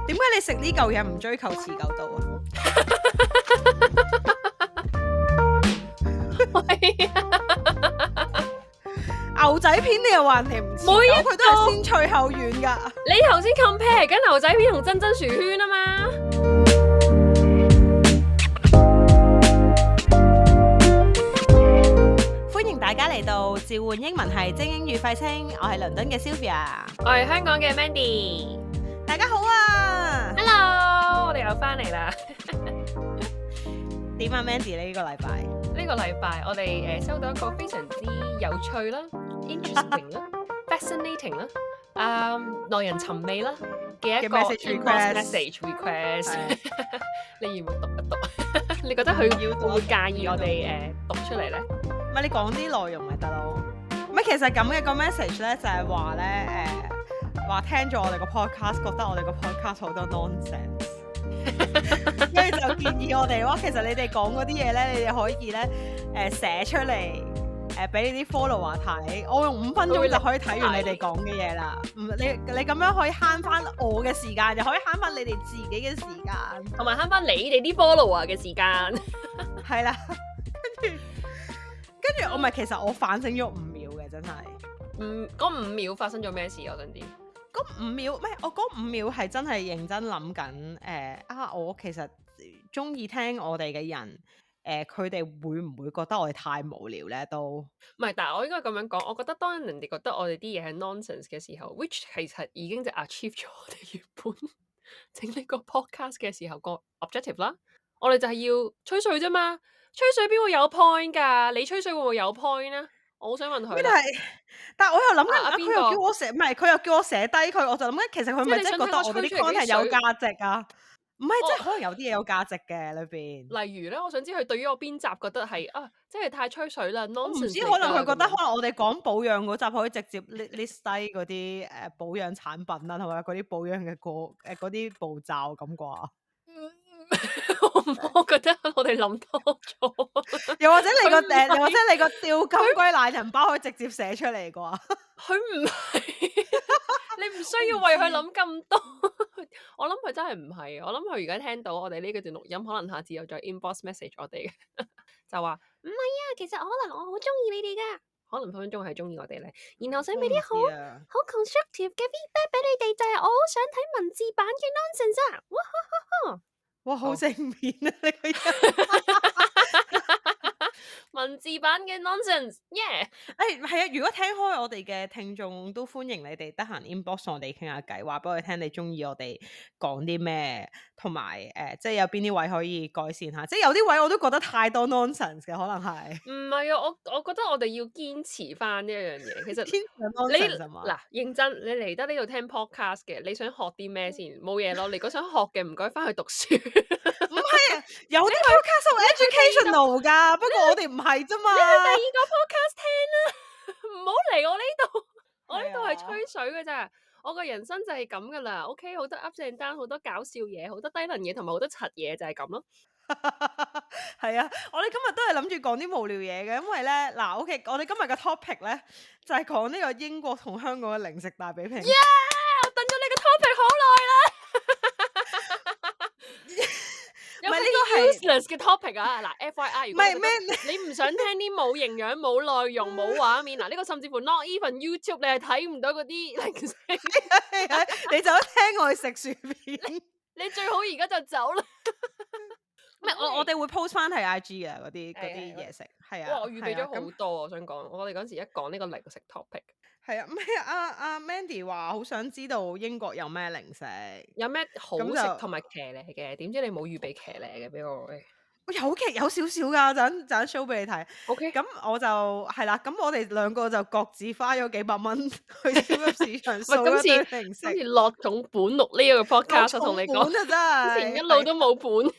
呢嚿嘢唔追求持久度啊。喂， 牛仔片你又話人哋唔持久，每一佢都係先脆後軟噶。你頭先 compare 緊牛仔片同真真薯圈啊嘛？歡迎大家嚟到召喚英文系精英與廢青，我係倫敦嘅 Sylvia。我係香港嘅 Mandy。大家好啊！ Hello，我哋又翻嚟啦。 點啊，Mandy？你呢個禮拜呢個禮拜我哋誒收到一個非常之有趣啦、interesting 啦、fascinating 啦、啊耐人尋味啦嘅一個嘅 message inbox request message request，你要 唔要讀一讀？你 覺得佢要讀會唔會介意要我讀哋誒讀出嚟咧？唔係你講啲內容咪得咯？唔係其實咁嘅個 message 咧，就係話咧誒話聽咗我哋個 podcast，覺得我哋個 podcast 好多 nonsense，跟住就建議我哋話，其實你哋講嗰啲嘢咧，你哋可以咧誒、寫出嚟誒俾你啲 follower 睇，我用五分鐘就可以睇完你哋講嘅嘢啦。唔你你咁樣可以慳翻我嘅時間，又可以慳翻你哋自己嘅時間，同埋慳翻你哋啲 follower 嘅時間。係啦。跟住跟住我咪其實我反省咗五秒嘅，真係。五嗰五秒發生咗咩事？我想知。嗰五秒，唔係我嗰五秒係真係認真諗緊誒啊！我其實中意聽我哋嘅人誒，佢、哋會唔會覺得我哋太無聊咧？都唔係，但係我應該咁樣講，我覺得當人哋覺得我哋啲嘢係 nonsense 嘅時候，which 其實已經就 achieve 咗 我哋原本 整呢個 podcast 嘅時候個 objective 啦。我哋就係要吹水啫嘛，吹水邊會有 point 㗎？你吹水會唔會有 point 咧？我好想問佢咩？但啦，係，但係我又諗緊，啊啊啊佢、邊又個叫我寫，唔係佢又叫我寫低佢，我就諗緊，其實佢即係咪你真想係覺聽得我我哋吹啲出嚟 content 啲有水價值啊？唔係，即係哦可能有啲嘢有價值嘅裏邊。例如咧，我想知佢對於我邊集覺得係啊，真係太吹水啦我唔，nonsense 知，嚟可能㗎佢覺得咁樣可能我哋講保養嗰集可以直接 li- list 低嗰啲誒保養產品啊，同埋嗰啲保養嘅過誒嗰啲步驟咁啩。 我我覺得我哋諗多咗。又或者你個佢唔誒，又或係者你個吊金龜奶人包可以直接寫出嚟啩？佢唔係， 你唔需要我唔為佢知諗咁多。 我諗佢真係唔係，我諗佢而家聽到我哋呢個段錄音，可能下次又再 inbox message 我哋嘅， 就話唔係啊，其實可能我好中意你哋噶，可能分分鐘係中意我哋咧，然後想俾啲好啊！好 constructive 嘅 feedback 俾你哋，就係、我好想睇文字版嘅 nonsense 啊！哇 哇，好好正面啊！你個人， 文字版嘅 nonsense，yeah！誒係啊！如果聽開我哋嘅聽眾，都歡迎你哋得閒 inbox 我哋傾下偈，話俾我哋聽你中意我哋講啲咩，同埋誒，即係有邊啲位可以改善下。即係有啲位我都覺得太多 nonsense 嘅，可能係唔係啊，我我覺得我哋要堅持翻呢一樣嘢，其實。天上你 nonsense 啊嘛。嗱認真，你嚟得呢度聽 podcast 嘅，你想學嗯啲咩先？冇嘢咯，你如果想學嘅，唔該翻去讀書。唔係啊，有啲 podcast 係 educational 㗎，不過我哋唔係啫你去 第嘛。二個 podcast 聽啦，唔好嚟我呢度，我呢度係啊係吹水嘅咋。我個人生就係咁噶啦，OK，好多 ups and down，好多搞笑嘢，好多低能嘢，同埋好多柒嘢，就係咁咯。 係啊，我哋今日都係諗住講啲無聊嘢嘅，因為咧嗱，OK，我哋今日嘅 topic 咧就係講呢個英國同香港嘅零食大比拼。我啊等咗呢個 topic 好耐啦。有 唔係冇呢啲 useless 嘅 topic 啊？嗱，FYI，唔如果你係覺咩得？你唔想聽啲冇營養、冇內容、冇畫面啊嗱，呢個甚至乎 not even YouTube 你係睇唔到嗰啲 零食，啊你就聽我去食薯片。你最好而家就走啦。 唔係我我哋會 post 翻係 IG 嘅嗰啲係嗰啲係嘢食，係啊。哇！我預備係咗啊咁好多，我想講，我哋嗰陣時一講呢個零食 topic，係啊， 咩啊啊 Mandy 話好想知道英國有咩零食，有咩好咁就食同埋騎呢嘅？點知你冇預備騎呢嘅俾我我有其有少少㗎，陣陣 show 俾你睇。 ？O K，咁我就係啦，咁我哋兩個就各自花咗幾百蚊去超級 市場掃一今次堆零 食跟。住落重本錄呢一個 podcast，我同你講，講 之啊真前係，一路都冇本。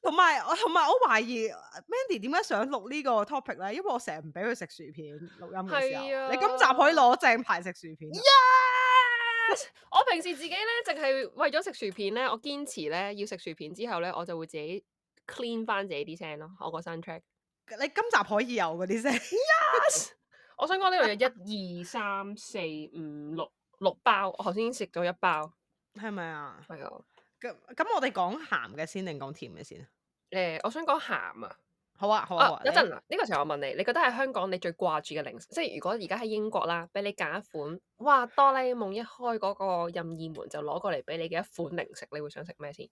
同埋我同埋我懷疑呃 Mandy 點解想錄呢個 topic 咧？因為我成日唔俾佢食薯片錄音嘅時候，係啊你今集可以攞正牌食薯片啊。我平時自己咧，淨係為咗食薯片咧，我堅持咧要食薯片之後咧，我就會自己 clean 翻自己啲聲咯，我個 soundtrack。你今集可以有嗰啲聲， 我想講呢度有一二三四五六六包，我頭先食咗一包，係咪啊？係啊，咁咁，我哋講鹹嘅先定講甜嘅先啊？誒，我想講鹹啊！好啊，好啊，好啊啊，一你陣啦，呢個時候我問你，你覺得喺香港你最掛住嘅零食，即係如果而家喺英國啦，俾你揀一款，哇！哆啦 A 夢一開嗰個任意門就攞過嚟俾你嘅一款零食，你會想食咩先？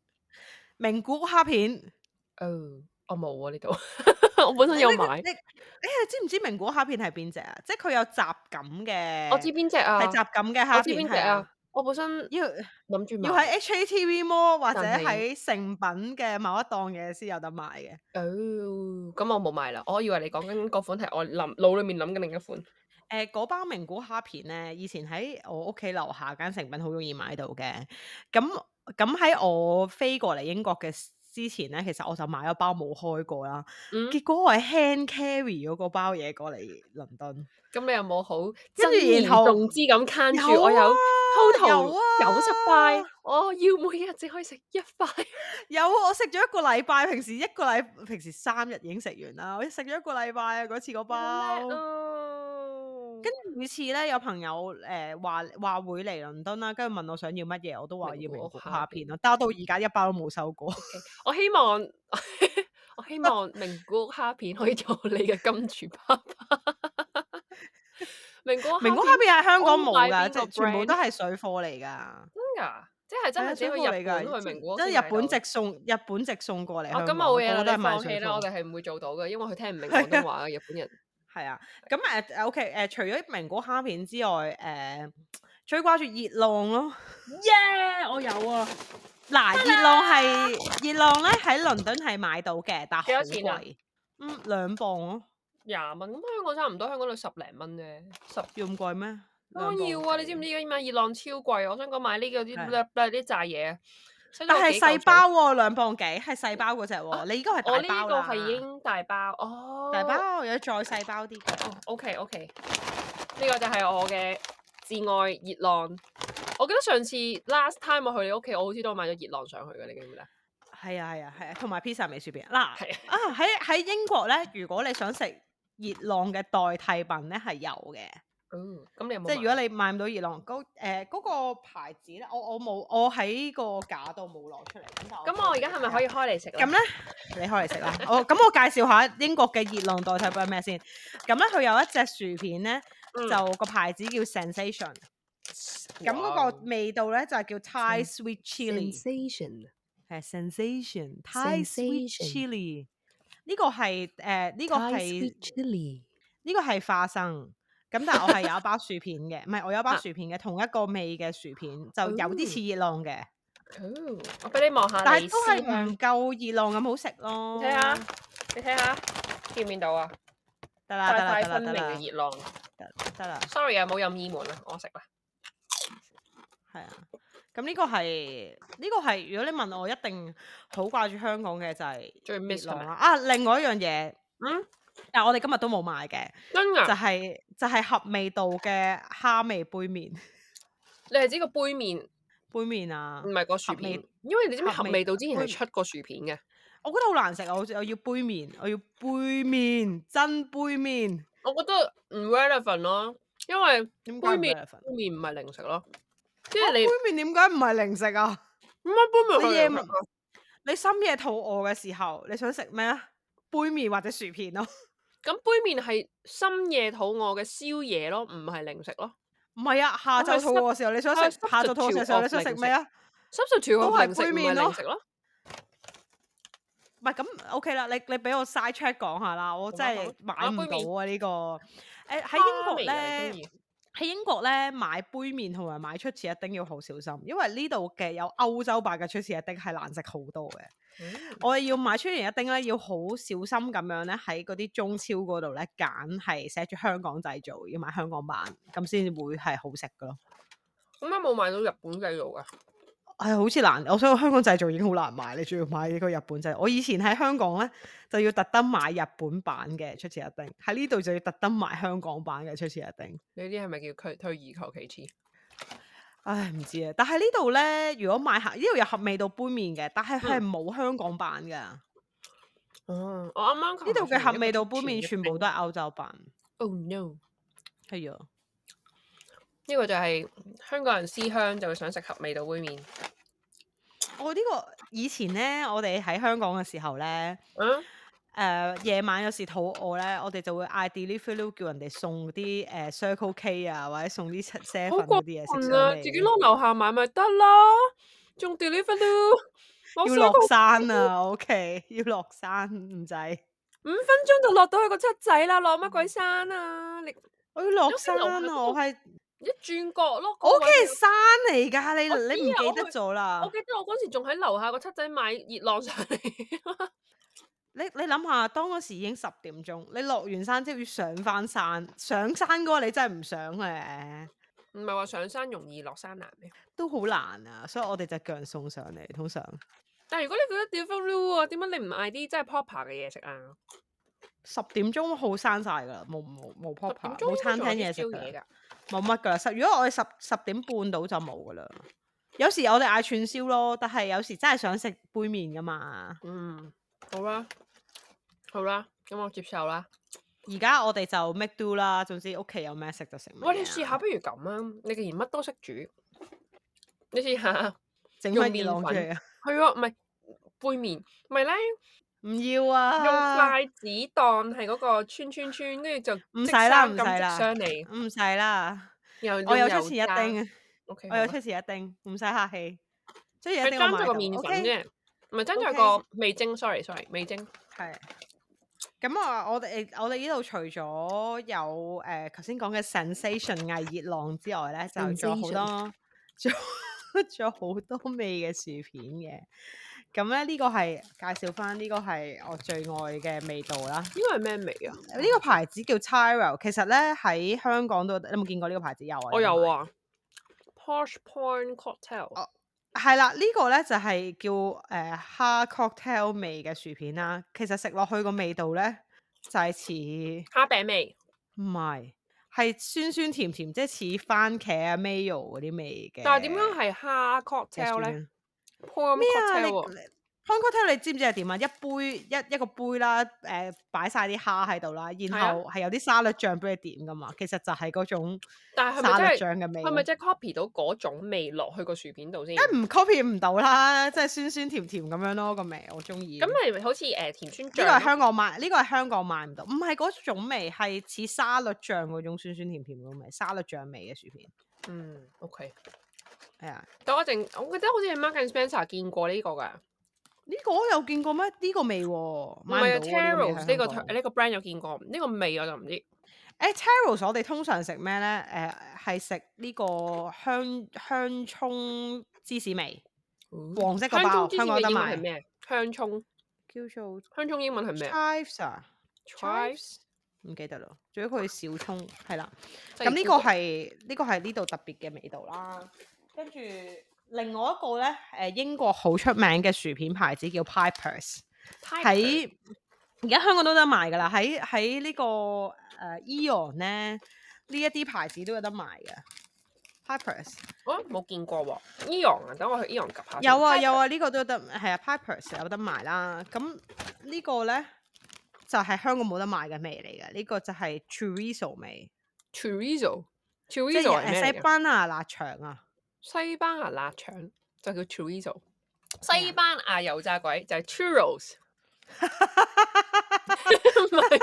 名古蝦 片，哦，我冇啊呢度， 我本身有你買你，你知唔知名古蝦片係邊只啊？即係佢有雜錦嘅，我知邊只啊？係雜錦嘅我蝦知片邊只係啊？？我本身要諗住買要喺 HATV Mall 或者但係喺成品嘅某一檔嘢先有得賣嘅。哦，咁我冇買啦。我以為你講緊嗰款係我諗腦裏面諗緊另一款。誒嗰、包名古蝦片咧，以前喺我屋企樓下間成品好容易買到嘅。咁咁喺我飛過嚟英國嘅 s- 之前咧，其實我就買咗包冇開過啦。嗯，結果我係 hand carry 咗嗰包嘢過嚟倫敦，咁你有冇好跟珍住而然後重之咁攤住？我啊有 total 有啊九十塊，我要每日只可以食一 塊。有啊！我食咗一個禮拜，平時一個禮平時三日已經食完啦，我食咗一個禮拜啊！嗰次嗰你好包。叻啊！跟住每次咧有朋友誒話話會嚟倫敦啦，跟住問我想要乜嘢，我都話名要名古古蝦蝦片片咯，但我到而家一包都冇收過。我希望 我希望名古屋蝦片可以 做你嘅金主 爸爸。名 古屋明哥蝦片喺香港冇 owned by 㗎，，Oh 邊即個係全部 brand？都係水貨嚟㗎，真噶，即係真係係啊，只水去貨嚟日本㗎，去名古屋即先係日買本到直送，日本直送過嚟哦，香咁港，冇嘢個個都係啦，你賣放水棄啦，我貨。哋係唔會做到嘅，因為佢聽唔係明廣東啊 話嘅日本人。係啊，咁誒誒 OK 誒，除咗明果蝦片之外，誒、最掛住熱浪咯。耶！我有啊，嗱，熱浪係熱浪咧喺倫敦係買到嘅，但係幾好多錢啊貴，嗯兩磅咯，廿蚊咁香港差唔多，香港都十零蚊啫，十要咁貴咩？兩磅當然啊要啊！你幾知唔知而家買熱浪超貴啊？我想講買呢個啲係呢啲炸嘢，但但係細包喎、兩磅幾，係細包嗰只喎。你依個嗯啊我係呢大包個啦，係已經大包哦，大包，有再細包啲嘅。哦，OK OK，呢個就係我嘅至愛熱浪。我記得上次 last time 我去你屋企，我好似都買咗熱浪上去嘅，你記唔記得？係啊係啊係啊，同埋 pizza 美薯餅嗱啊係喺喺英國咧，如果你想食熱浪嘅代替品咧係有嘅，嗯，咁你有冇即係買？如果你買唔到熱浪高誒嗰個牌子咧，我我冇我喺個架度冇攞出嚟。咁咁我而家係咪可以開嚟食啊啦？咁咧，你開嚟食啦。 我咁我介紹下英國嘅熱浪代替品係咩先。咁咧，佢有一隻薯片咧，嗯就個牌子叫 Sensation。咁嗰個哇味道咧就係叫 Thai Sen- Sweet Chili， sensation 係 Sensation Thai Sweet Sensation Chili。呢個係誒呢個 Thai 係 sweet chili 呢個係花生。咁但係我係有一包薯片嘅，唔係我有一包啊薯片嘅，同一個味嘅薯片就有啲似熱浪嘅，哦，我俾你望下，但係你啊都試下係唔夠熱浪咁好食咯。你睇下，你睇下，見唔見到啊？得啦大得啦大得啦分得明啦嘅熱浪。得得啦。 Sorry à, 啊，冇任意門啊，我食啦。係啊，咁呢個係呢個係，如果你問我，一定好掛住香港嘅就係最 miss 熱係咪浪啦。啊，另外一樣嘢，嗯，但係我哋今日都冇買嘅，真就 噶，係、就係、合味道嘅蝦味杯麵，你係指個杯麵杯麵啊唔，係個薯合味片，因為你知唔知合合味味道之前杯係出過薯片嘅。我覺得好難食啊！我我要杯麵，我要杯麵，真杯麵，我覺得唔 relevant 咯，因為杯點解唔麵 relevant？杯麵唔係零食咯，即啊係杯你麵點解唔係零食啊？ 唔係杯麵你係夜零食晚啊你深夜肚餓嘅時候，你想食咩啊？杯麵或者薯片咯， 咁杯麵係深夜肚餓嘅宵夜咯，唔係零食咯。唔係啊！下晝肚餓嘅時候，你想佢食哦係 sub- 下晝肚餓嘅時候，你想食咩啊？ substitute 都係係零食杯唔麵係咯零食咯。唔係咁 OK 啦，你你俾我 side check 講下啦，我好啊真好係啊買啊唔杯到麵啊呢、個。誒喺英國蝦味啊你中咧，意喺英國咧買杯麵同埋買出前一丁要好小心，因為呢度嘅有歐洲版嘅出前一丁係難食好多嘅。嗯我哋要買出前一丁咧，要好小心咁樣咧喺嗰啲中超嗰度咧揀係寫住香港製造，要買香港版咁先會係好食噶咯。點解冇買到日本雞肉啊？係、好似難，我想講香港製造已經好難買，你仲要買呢個日本製造。我以前喺香港咧就要特登買日本版嘅出前一丁，喺呢度就要特登買香港版嘅出前一丁。呢啲係咪叫推推而求其次？唉，唔知啊。但係呢度咧，如果買下呢度有合味道杯麵嘅，但係佢係冇香港版㗎。呢哦，我啱啱呢度嘅合味道杯麵全部都係歐洲版。 Oh no！係啊，呢個就係香港人思鄉就會想食合味道杯麵。我哦呢、個以前咧，我哋喺香港嘅時候咧，嗯，誒、夜晚有時肚餓咧，我哋就會嗌 delivery 叫人哋送啲誒、Circle 呃 K 啊，或者送啲七 seven 好嗰過啲嘢食分上啊！嚟自己攞樓下買咪得啦，仲 deliver 咯，攞要箱落山啊！OK，要落山唔制，五分鐘就落到去個七仔啦，嗯落乜鬼山啊？你我要落有時山候我覺得啊！我係一轉角咯，我啊嗰屋企位係山嚟㗎，我知啊你你唔記我得去咗啦我？記得我嗰時仲喺樓下個七仔買熱浪上嚟，你你諗下，當嗰時已經十點鐘，你落完山之後要上翻山，上山嗰個你真係唔想嘅，唔係話上山容易落山難咩？都好難啊！所以我哋就強送上嚟，通常但係如果你覺得 deliver 啊，點解你唔嗌啲真係 proper 嘅嘢食啊？十點鐘好閂晒㗎啦，冇冇冇十 proper，點冇鐘餐應該廳仲有嘢啲食宵㗎夜啦㗎，冇乜㗎啦。十如果我哋十十點半到就冇㗎啦。有時我哋嗌串燒咯，但係有時真係想食杯麵㗎嘛。嗯，好啦，好啦，咁我接受啦。而家我哋就 make do 啦，總之屋企有咩食就食乜嘢啊。喂，你試下不如咁啊！你既然乜都識煮，你試下 整用翻熱麵浪出粉嚟啊？係啊，唔係杯麵，咪咧唔要用啊！筷子當係嗰個穿穿穿，跟住就唔即使啦生唔咁使即啦上嚟，唔使啦。又我有用出油前一炸丁啊！ ，OK，我有好啦出前一丁，唔使客氣。出前嗯佢一丁我爭買咗個到麵粉 OK，啫，唔係爭咗 OK 個味精。Sorry，sorry，味精。係。咁啊，我哋我哋呢度除咗有誒頭先講嘅 sensation 藝熱浪之外咧，就仲有 Sensation 好多，仲有仲有好多味嘅薯片嘅。咁咧呢個係介紹翻，呢個係我最愛嘅味道啦。呢個係咩味啊？呢個牌子叫 Tyrell，其實咧喺香港都你有冇見過呢個牌子？有啊，我有有賣啊，Posh Point Cocktail。哦係啦，呢個咧就係叫誒蝦 cocktail 味嘅薯片啦。其實食落去個味道咧就係似蝦餅味，唔係係酸酸甜甜，即係似番茄啊 mayo 嗰啲味嘅。但係點樣係蝦 cocktail 咧咧？ ？Plum 咩啊？你 cocktail 喎 pan cocktail 你知唔知係點啊？一杯一一個杯啦，誒擺晒啲蝦喺度啦，係然啊後係有啲沙律醬俾你點噶嘛。其實就係嗰種但係係咪沙律真係醬嘅味係咪咯。即係 copy 到嗰種味落去個薯片度先？梗係唔 copy 唔到啦，即係酸酸甜甜咁樣咯個味，我中意。咁咪好似誒甜酸呢個係醬咯，香港賣，呢個係香港賣唔到，唔係嗰種味，係似沙律醬嗰種酸酸甜甜嗰種味，沙律醬味嘅薯片。嗯，OK。係啊，等我一陣，我記得好似係 Mark and Spencer 見過呢個㗎，呢、個我有見過咩？呢、個味喎，唔係買啊唔到喎 Terrell 呢呢個個 ter- 呢個 brand 有見過，呢個味我就唔知。誒 Terrell 我哋通常食咩咧？誒、係食呢個香香葱芝士味，黃色個香包，葱芝士香港味有得英文係賣，咩？香葱，叫做香葱英文係咩 chives 啊 Chives？唔記得啦，仲有佢小葱係啦。真咁係呢 Google 個係呢、個係呢度特別嘅味道啦。跟住另外一個咧，誒、英國好出名嘅薯片牌子叫 Pipers， Type 喺而家香港都有得賣噶啦。喺喺呢個誒、Eon 咧，呢一啲牌子都有得賣嘅。Pipers 哦，冇見過喎。伊洋啊，等我去伊洋及下先。有啊有啊，啊，呢、個都有得係啊，Pipers 有得賣啦。咁呢個咧就係、香港冇得賣嘅味嚟嘅，呢、個就係 chorizo 味，即 chorizo，chorizo 係係咩嚟西㗎？班牙臘腸啊。西班牙臘腸就叫 chorizo，西班牙油炸鬼就係 churros，唔係咩？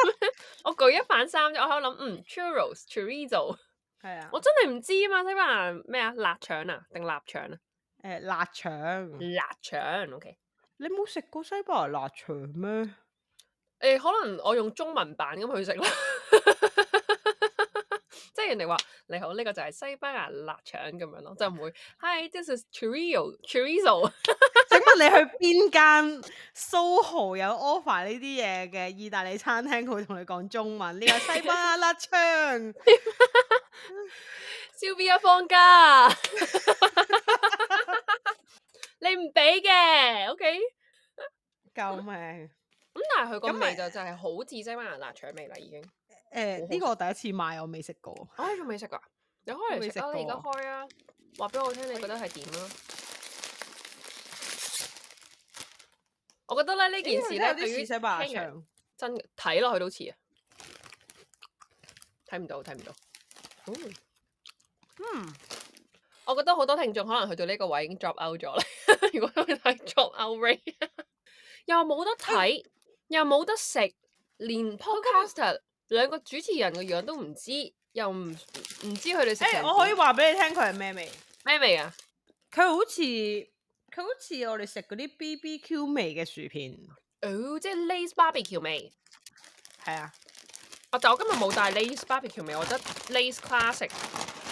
我舉一反三啫，我喺度諗，嗯，churros、chorizo，係啊，我真係唔知啊嘛，西班牙咩啊，臘腸啊定臘腸啊？誒辣呃腸，臘腸，OK。你冇食過西班牙辣腸咩？誒、可能我用中文版咁去食啦， 即係人哋話你好，呢、個就係西班牙臘腸咁樣咯，就唔會 Hi，this is chorizo chorizo。請問你去邊間 SoHo 有 offer 呢啲嘢嘅意大利餐廳，佢會同你講中文？呢個西班牙辣腸， Sylvia 放假，你唔俾嘅，OK。救命！咁但係佢個咁咪味就就係好似西班牙辣腸味啦，已經。誒呃呢個我第一次買，我未食過。啊，仲未食啊？你開我未嚟食食啊！你而家過開啊！話俾我聽，你覺得係點啊啦？我覺得咧呢件事咧，有對啲於似西班牙聽人腸，真嘅睇落去都似啊，哦睇唔到睇唔到。嗯嗯，我覺得好多聽眾可能去到呢個位已經 drop out 咗啦。 如果佢睇 drop out rate，又冇得睇，又冇得食，連 podcaster 兩個主持人個樣都唔知，又唔唔知佢哋食誒、成哎我可以點話俾你聽佢係咩味。咩味啊？佢好似佢好似我哋食嗰啲 BBQ 味嘅薯片，哦，即係 lace barbecue 味。係啊，我但我今日冇帶 lace barbecue 味，我覺得 lace classic。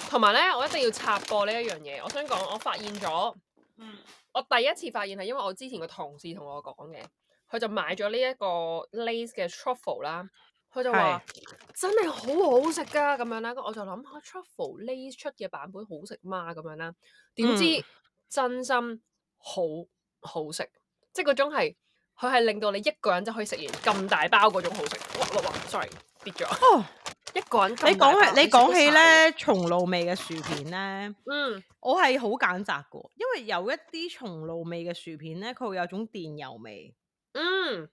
同埋咧，我一定要插播呢一樣嘢。我想講，我發現咗。嗯，我第一次發現係因為我之前個同事同我講嘅，佢就買咗呢一個 Lace 嘅 truffle 啦，佢就話真係好好食㗎咁樣啦，咁我就諗下 truffle Lace 出嘅版本好食嗎咁樣啦，點知、嗯真心好好食，即係嗰種係佢係令到你一個人就可以食完咁大包嗰種好食，哇哇哇，sorry 跌咗，哦，一個人你咁大講包起你食得講起晒嘅，咧松露味嘅薯片咧，嗯，我係好揀擇嘅，因為有一啲松露味嘅薯片咧，佢會有種電油味；嗯，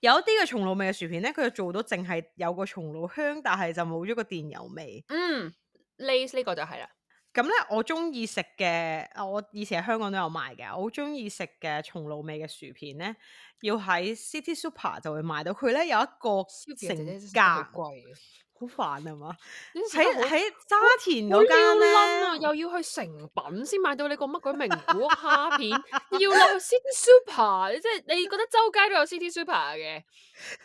有一啲嘅松露味嘅薯片咧，佢就做到淨係有個松露香，但係就冇咗個電油味。嗯，Lace 呢個就係啦，咁咧，我中意食嘅，啊我以前喺香港都有賣嘅。我好中意食嘅松露味嘅薯片咧，要喺 City Super 就會買到。佢咧有一個小姐姐成真係好價，貴嘅。好煩啊嘛！呢啲食喺得好喺沙田好嗰撩間撚啊！咧，又要去成品先買到你個乜鬼名古屋蝦片， 要落去 City Super，你即係你覺得周街都有 City Super 嘅，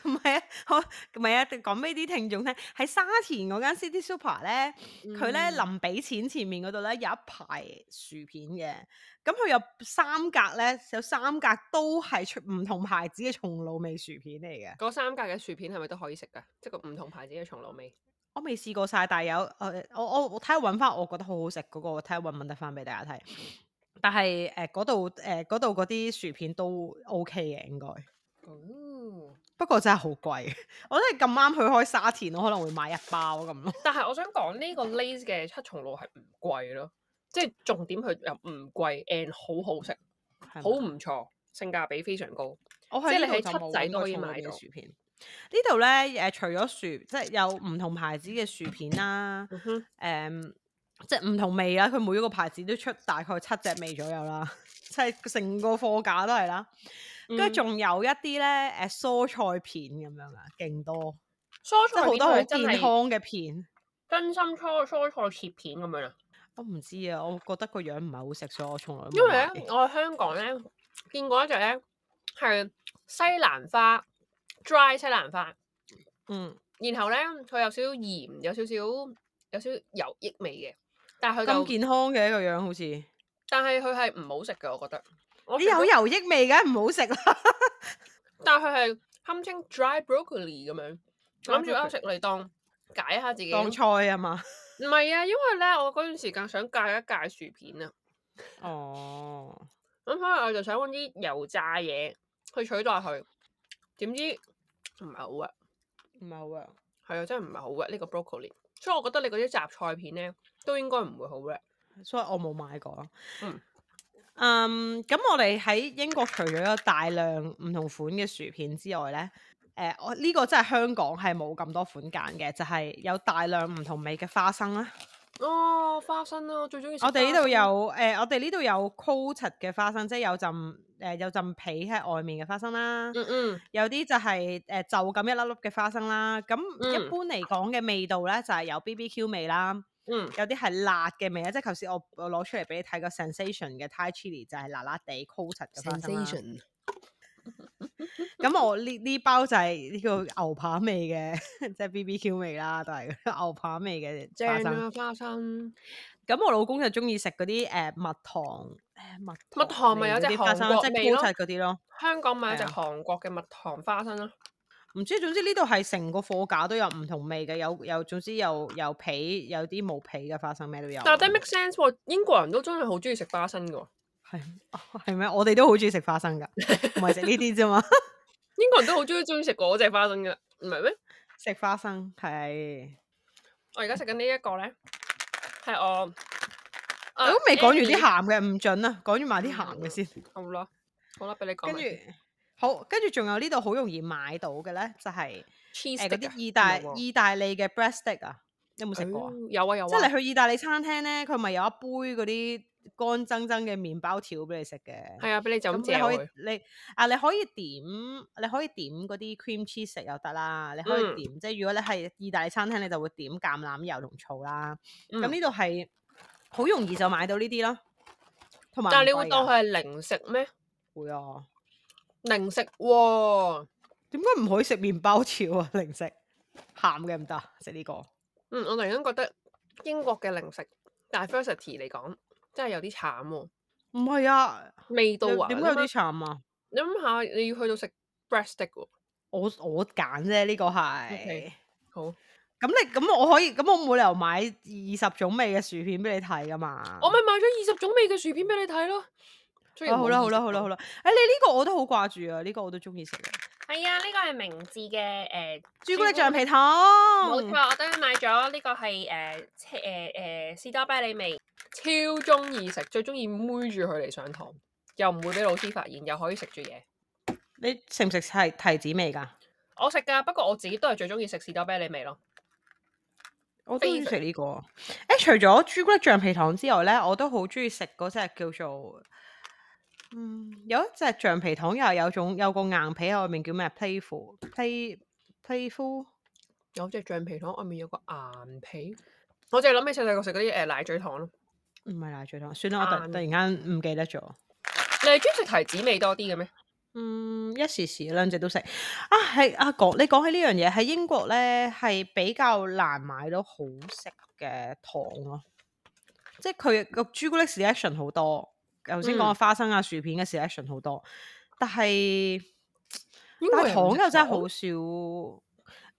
唔係啊， 好唔係啊，講俾啲聽眾聽，喺沙田嗰間 City Super 咧，佢咧嗯臨俾錢前面嗰度咧有一排薯片嘅，咁佢有三格咧，有三格都係出唔同牌子嘅松露味薯片嚟嘅。嗰三格嘅薯片係咪都可以食㗎？即係個唔同牌子嘅松露味。我未試過晒，但係有誒，我我我睇下揾翻，我覺得好好食嗰個，睇下揾唔揾得翻俾大家睇。但係誒嗰度誒嗰度嗰啲薯片都 OK 嘅應該，哦，不過真係好貴。 我真係咁啱去開沙田，我可能會買一包咁咯。但係我想講呢個 Lays 嘅七重露係唔貴咯，即係重點佢又唔貴，and 好好食，係咪好唔錯，性價比非常高。我即喺係呢你度就喺七冇仔揾都過可以送到買嘅到薯片。呢度咧誒，除咗薯，即係有唔同牌子嘅薯片啦，誒、嗯哼，即係唔同味啦。佢每一個牌子都出大概七隻味左右啦，即係成個貨架都係啦。跟住嗯仲有一啲咧誒蔬菜片咁樣啊，勁多，蔬即係菜好片多好佢真健係康嘅片。真心蔬蔬菜切片咁樣啊！我唔知啊，我覺得個樣唔係好食，所以我從來都因為冇咧，買。我喺香港咧見過一隻咧係西蘭花 dry 西蘭花，嗯，然後咧佢有少少鹽，有少少有少少油益味嘅，但係佢咁就健康嘅一個樣好似，你但係佢係唔好食嘅，我覺得。我食有咗，油益味，梗係唔好食啦。但係佢係堪稱 dry broccoli 咁樣， Dry 諗住啊食嚟當解下自己。當菜啊嘛。唔係啊，因為咧我嗰段時間想戒一戒薯片啊，哦，咁所以我就想揾啲油炸嘢去取代佢，點知唔係好啊。唔係好啊。係啊，真係唔係好 wet 呢個 broccoli，所以我覺得你嗰啲雜菜片咧都應該唔會好 wet。所以我冇買過。嗯嗯，咁我哋喺英國除咗有大量唔同款嘅薯片之外呢，誒、我呢、個真係香港係冇咁多款揀嘅，就係、有大量唔同味嘅花生啦。哦，花生啦、我最中意食我哋呢花度生有誒、我哋呢度有 coated 嘅花生，即係有浸誒、有浸皮喺外面嘅花生啦。嗯嗯有啲就係、誒、就咁一粒粒嘅花生啦。咁一嗯般嚟講嘅味道呢，就係、有 BBQ 味啦。嗯有啲係辣嘅味啊，即係頭先我我攞出嚟俾你睇個 sensation 嘅 Thai chili 就係辣辣地 coated 嘅花生啦。啊咁我呢呢包就係呢個牛扒味嘅，即係 BBQ 味啦，都係 牛扒味嘅花正生。啊花生，咁我老公就中意食嗰啲誒蜜糖誒蜜蜜糖咪味有嗰隻啲花生，韓即國係味咯 coated 嗰啲咯。香港買隻哦係啊韓國嘅蜜糖花生啦、唔知，總之呢度係成個貨架都有唔同味嘅，有有總之有有皮，有啲冇皮嘅花生，咩都有。但係 that make sense 喎，英國人都真係好中意食花生㗎喎，係哦 係咩？我哋都好中意食花生㗎，唔係食呢啲啫嘛。英國人都好中意中意食嗰只花生㗎，唔係咩？食花生係，我而家食緊呢一個咧，係我我啊都未講完 Annie- 啲鹹嘅，唔準啊！講完埋啲鹹嘅先，好啦好啦，俾你講跟埋住先。好，跟住仲有呢度好容易買到嘅咧，就係 cheese 誒嗰 stick 啲啊意唔係大喎意大利嘅 breast stick 啊，你有冇食過啊？哦有啊有啊，即係你去意大利餐廳咧，佢咪有一杯嗰啲乾爭爭嘅麵包條俾你食嘅。係啊，俾你就咁咁你借可以佢。你啊，你可以點你可以點嗰啲 cream cheese 食又得啦，你可以嗯點、即係如果你係意大利餐廳，你就會點橄欖油同醋啦。咁嗯呢度係好容易就買到呢啲咯，同埋但係係你會當佢係零食咩？會啊？零食喎，點解唔可以食麵包條啊？ 零食鹹嘅唔得，啊食呢、個嗯，我突然間覺得英國嘅零食 diversity 嚟講，真係有啲慘喎，唔係啊？味道你啊，點你解有諗啲下慘啊？你諗下，你要去到食 breaststick 喎，我我揀啫，呢個係。 OK 好，咁你咁我可以咁我冇理由買二十種味嘅薯片俾你睇噶嘛？我咪買咗二十種味嘅薯片俾你睇咯。雖啊然好冇啦意好啦識好啦到好，啦，哎誒你呢個我都好掛住啊！呢、個我都中意食嘅係啊，呢個係明治嘅呃誒朱古力橡皮糖，冇錯，我都係買咗呢個係呃誒車誒誒士多啤梨味，超中意食，最中意妹住佢嚟上堂，又唔會俾老師發現，又可以食住嘢。你食唔食提提子味㗎？我食㗎，不過我自己都係最中意食士多啤梨味咯。我都中意食呢個。誒、除咗朱古力橡皮糖之外咧，我都好中意食嗰只叫做嗯有一隻橡皮糖又係有種有個硬皮喺外面叫咩 playful play playful 有隻橡皮糖，外面有個硬皮。我淨係諗起細細個食嗰啲誒奶嘴糖咯。唔係奶嘴糖，算啦，我突硬突然間唔記得咗。你係中意食提子味多啲嘅咩？嗯，一時時兩隻都食啊，係啊講你講起呢樣嘢喺英國咧係比較難買到好食嘅糖咯，即係佢個朱古力 selection 好多，頭先講嘅嗯花生啊、薯片嘅 selection 好多，但係英但國係人唔糖食又真係糖好少。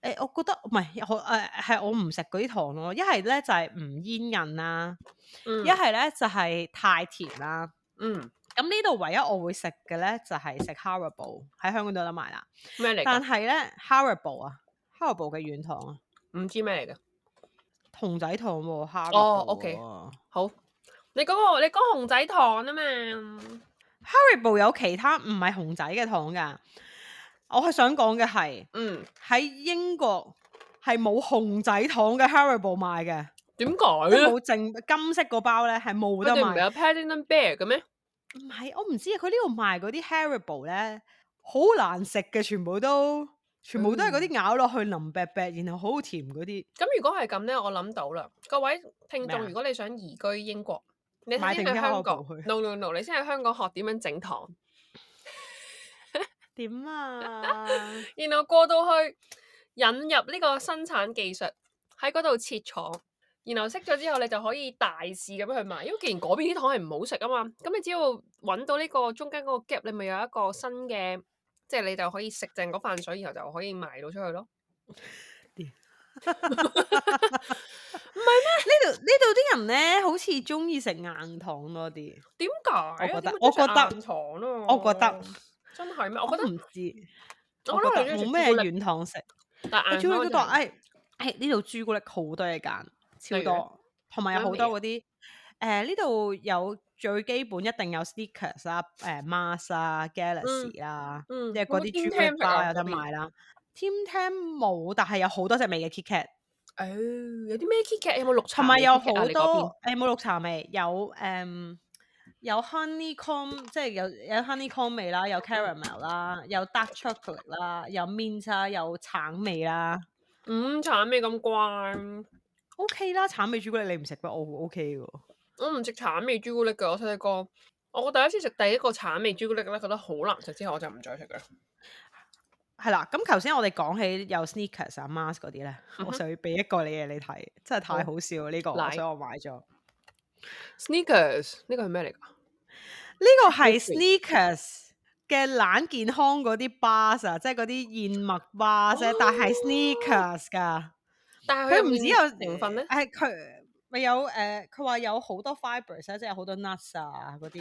誒、我覺得唔係好誒，係我唔食嗰啲糖咯，一係咧就係唔煙韌啦，嗯一係咧就係太甜啦。嗯咁呢度唯一我會食嘅咧就係食 Haribo 喺香港都有得賣啦，咩嚟但㗎？係咧 Haribo 啊，Haribo 嘅軟糖啊，唔知咩嚟㗎？童仔糖喎 Haribo 啊哦，OK 喎好，你嗰、個你講熊仔糖啊嘛， Haribo 有其他唔係熊仔嘅糖㗎，我係想講嘅係嗯，喺英國係冇熊仔糖嘅 Haribo 賣嘅，哎點解即係咧？冇淨金色嗰包咧係冇佢得哋唔啊係賣。有 Paddington Bear 嘅咩？唔係，我唔知啊，佢呢度賣嗰啲 Haribo 咧，好難食嘅，全部都全部嗯都係嗰啲咬落去腍白白，然後好甜嗰啲。咁如果係咁咧，我諗到啦。各位聽咩啊眾，如果你想移居英國，你買先定喺啲香 Haribo 港去，no no no，你先喺香港學點樣整糖，點啊？然後過到去引入呢個生產技術，喺嗰度設廠，然後識咗之後，你就可以大肆咁樣去賣。因為既然嗰邊啲糖係唔好食啊嘛，咁你只要揾到呢個中間嗰個 gap，你咪有一個新嘅，即係你就可以食剩嗰飯水，然後就可以賣到出去咯。呢度呢度啲人咧，好似中意食硬糖多啲。點解啊？我覺得點會我鍾覺意得食硬糖咯，我覺得真係咩？我覺得都唔知，我我覺覺得得冇我中意食朱古咩力軟糖食。但朱古力嗰都話，誒誒哎呢度朱古力好多嘢揀，超例如多，同埋有好咩味啊多嗰啲誒呢度有最基本一定有 Snickers 啦、誒 Mars 啦、Galaxy 啦。嗯，即係嗰啲朱古力啊包有得賣啦。Tim Tam 冇，但係有好多隻味嘅 Kit Kat，誒，哎有啲咩 Kit Kat 有冇綠茶同味埋 Kit Kat 啊？有好你嗰邊多誒冇綠茶味，有誒、嗯有 honeycomb，即係有有 honeycomb 味啦，有 caramel 啦，有 dark chocolate 啦，有 mint 啦，有橙味啦。嗯，橙味咁怪， O、k 啦，橙味朱古力你唔食嘅，我 O K 嘅。我唔食橙味朱古力嘅。我細細個，我第一次食第一個橙味朱古力咧，覺得好難食，之後我就唔再食啦。係啦，咁頭先我哋講起有 sneakers 啊、mask 嗰啲咧，嗯我哼想要俾一個你嘅你睇，真係好太好笑啦啊呢、個，嚟所以我買咗。 Sneakers 呢個係咩嚟㗎？呢個係 Sneakers sneakers 嘅懶健康嗰啲 bars 啊，即係嗰啲燕麥 bars 啫，但係 sneakers 噶。但係佢入唔面止有成分咧，係佢咪有誒？佢話有好多 fibers 啊，即係好多 nuts 啊嗰啲誒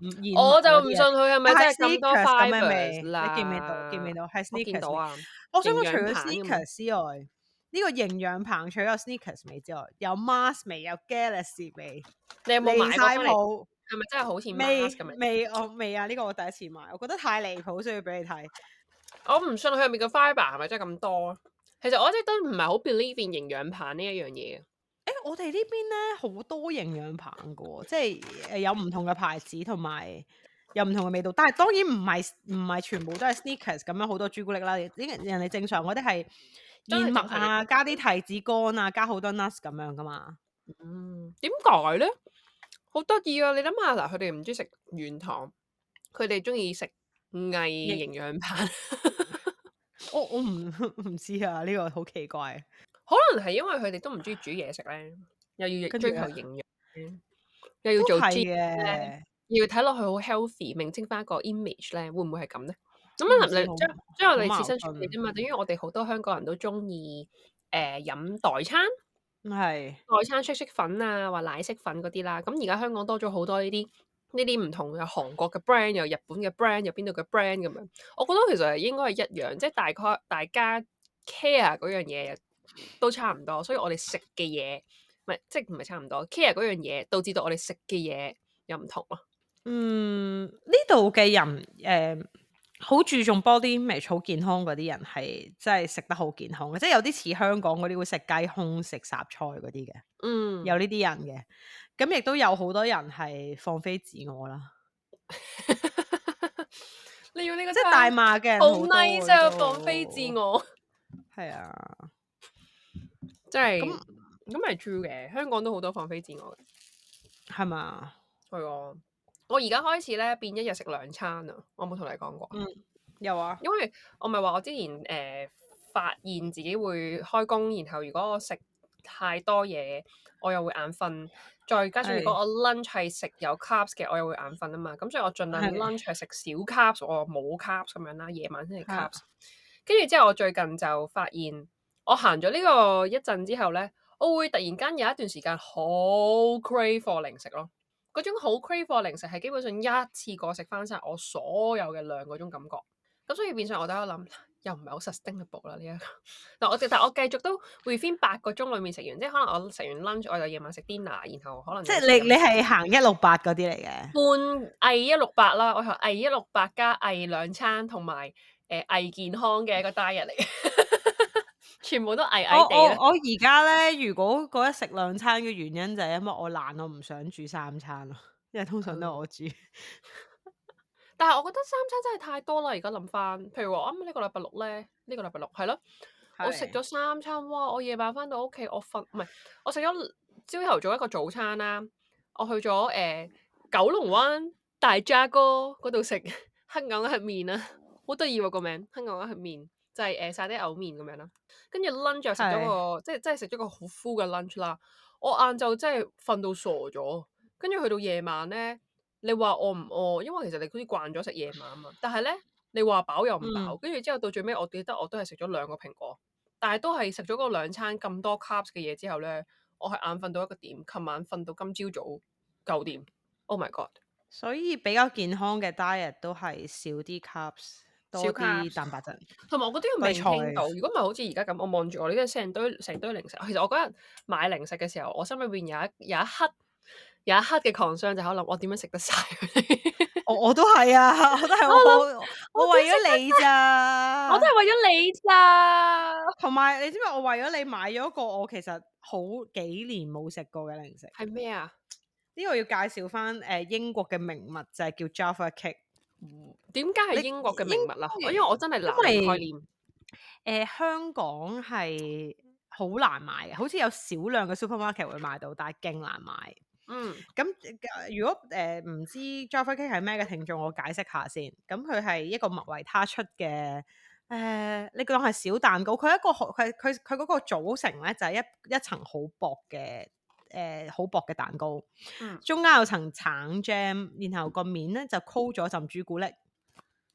唔燕我麥就嗰唔啲信啊。佢係咪真但係咁多 sneakers 咁嘅 fibers 味，啦？你見唔見到？見唔見到？係我見到 sneakers 味。啊！我想講營養除咗棒咁啊 sneakers 之外，呢個營養棒除咗有 sneakers 味之外，有 mars 味，有 galaxy 味，你有冇離買過晒翻嚟？譜。係咪真係好似 mask 咁未樣？未我未啊！呢、個我第一次買，我覺得太離譜，所以要俾你睇。我唔信佢入面嘅 fiber 係咪真係咁多？啊其實我一直都唔係好 believe in 營養棒呢一樣嘢啊嘅。誒、我哋呢邊咧好多營養棒嘅喎，即係呃誒有唔同嘅牌子同埋有唔同嘅味道，但係當然唔係唔係全部都係 Snickers 咁樣好多朱古力啦，啲人哋正常嗰啲係都係燕麥正常啊，加啲提子乾啊，加好多 nuts 咁樣噶嘛。嗯，點解咧？好得意啊！你諗下嗱，佢哋唔中意食軟糖，佢哋中意食偽營養棒。我我唔 唔知啊，呢、個好奇怪。可能係因為佢哋都唔中意煮嘢食咧，又要跟追住求啊營養呢，又要都做係 gym 嘅，要睇落去好 healthy，明清翻個 image 咧，會唔會係咁咧？咁唔樣知林好你將將我好哋矛切身處盾理啊啫嘛，等於我哋好多香港人都中意誒飲代餐、係代餐色色粉啊，或奶昔粉嗰啲啦。咁而家香港多咗好多呢啲呢啲唔同嘅韓國嘅 brand，又日本嘅 brand，又邊度嘅 brand 咁樣。我覺得其實係應該係一樣，即係大概大家 care 嗰樣嘢都差唔多，所以我哋食嘅嘢唔係即係唔係差唔多 care 嗰樣嘢，導致到我哋食嘅嘢又唔同咯。嗯，呢度嘅人誒好、注重 body image 好健康嗰啲人係真係食得好健康嘅，即係有啲似香港嗰啲會食雞胸、食雜菜嗰啲嘅，嗯，有呢啲人嘅。咁亦都有好多人係放飛自我啦，你要呢個即係餐大罵嘅人好多 nice 嘅啊，都放飛自，我， 係啊，真係咁咁咁係 true 嘅。香港都好多放飛自我嘅，係嘛？係喎。我而家開始咧變一日食兩餐啊！我冇同你講過，有啊，因為我咪話我之前誒、呃、發現自己會開工，然後如果我食太多嘢，我又會眼瞓。再加上如果係我 lunch 係食有 carbs 嘅，我又會眼瞓啊嘛。咁所以我盡量係 lunch 係食少 carbs，我冇 carbs 咁樣啦，夜晚先食啊 carbs。跟住之後，我最近就發現，我行咗呢個一陣之後咧，我會突然間有一段時間好 crave for 零食咯。嗰種好 crave for 零食係基本上一次過食翻晒我所有嘅量嗰種感覺。咁所以變相我都有諗，又唔係好 sustainable 啦呢一個。嗱，我但我繼續都 within 八個鐘裡面食完，即係可能我食完 lunch，我就夜晚食 dinner，然後可能即嗯係有時你飲你係行一六八嗰啲嚟嘅。半偽一六八啦，我係偽一六八加偽兩餐同埋誒偽健康嘅一個 diet 嚟嘅，全部都偽我偽地我啦。我而家咧，如果嗰一食兩餐嘅原因就係因為我懶，我唔想煮三餐咯，因為通常都係我煮。但係我覺得三餐真係太多啦，而家諗翻，譬如話我啊啱啱呢個禮拜六咧，呢、個禮拜六係咯，我食咗三餐，哇！我夜晚翻到屋企，我瞓唔係，我食咗朝頭早一個早餐啦，我去咗誒、呃九龍灣大渣哥嗰度食 黑牛黑面啊，好得意喎個名，黑牛黑面就係誒沙爹牛面咁樣啦。跟住 lunch 又食咗係個，即係即係食咗個好 full 嘅 lunch 啦。我晏晝真係瞓到傻咗，跟住去到夜晚咧，你話餓唔餓？因為其實你好似慣咗食夜晚啊嘛，但係咧你話飽又唔飽，跟住之後到最尾，我記得我都係食咗兩個蘋果。但係都係食咗嗰兩餐咁多 carbs 嘅嘢之後咧，我係眼瞓到一個點，琴晚瞓到今朝早九點。Oh my god！所以比較健康嘅 diet 都係少啲 carbs，多 carbs 啲蛋白 質。同埋我覺得要對明聽菜到，如果唔係好似而家咁，我望住我呢啲成堆成堆零食。其實我嗰日買零食嘅時候，我心裏邊有一有一刻有一刻嘅 concern 就喺度諗，我點樣食得晒佢哋？我我都係啊，我都係我我為咗你咋，我都係為咗你咋。 同埋你知唔知我為咗你買咗一個我其實好幾年冇食過嘅零食。係咩啊？呢個要介紹翻誒英國嘅名物就係叫 Jaffa Cake。點解係你英國嘅英名物啦？因因為為我真係難為概念。誒、呃香港係好難買嘅，好似有少量嘅 supermarket 會買到，但係勁難買。嗯咁呃如果誒唔、知 Jaffa Cake 係咩嘅聽眾，我解釋下先。咁佢係一個麥維他出嘅誒、呃你當係小蛋糕，佢係一個好佢佢佢嗰個組成咧就係、一一層好薄嘅誒好薄嘅蛋糕，嗯中間有層橙 jam，然後個面咧就 coat 咗浸朱古力，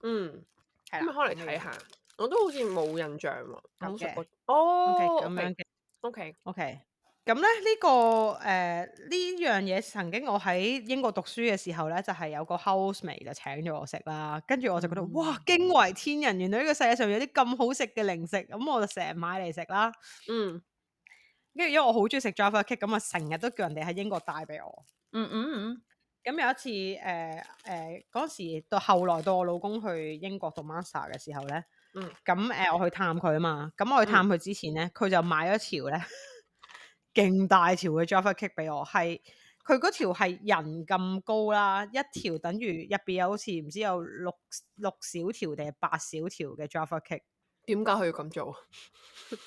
嗯。係咁啦，可能咁睇樣下，我都好似冇印象喎，有冇食嘅過。 ，OK 哦，咁樣嘅。 O K， OK，咁咧呢、個誒呢樣嘢，曾經我喺英國讀書嘅時候咧，就係、有個 housemate 就請咗我食啦，跟住我就覺得、哇嗯驚為天人，原來呢個世界上有啲咁好食嘅零食，咁我就成日買嚟食啦。嗯跟住因為我好中意食 Jaffa Cake，咁啊成日都叫人哋喺英國帶俾我。嗯嗯咁有一次呃誒誒嗰時到後來到我老公去英國讀 master 嘅時候咧，嗯咁誒、呃我去探佢啊嘛，咁我去探佢之前咧，佢就買咗條咧勁大條嘅 Java Cake 俾我，係佢嗰條係人咁高啦，一條等於入邊有好似唔知有六六小條定係八小條嘅 Java Cake，點解佢要咁做？啊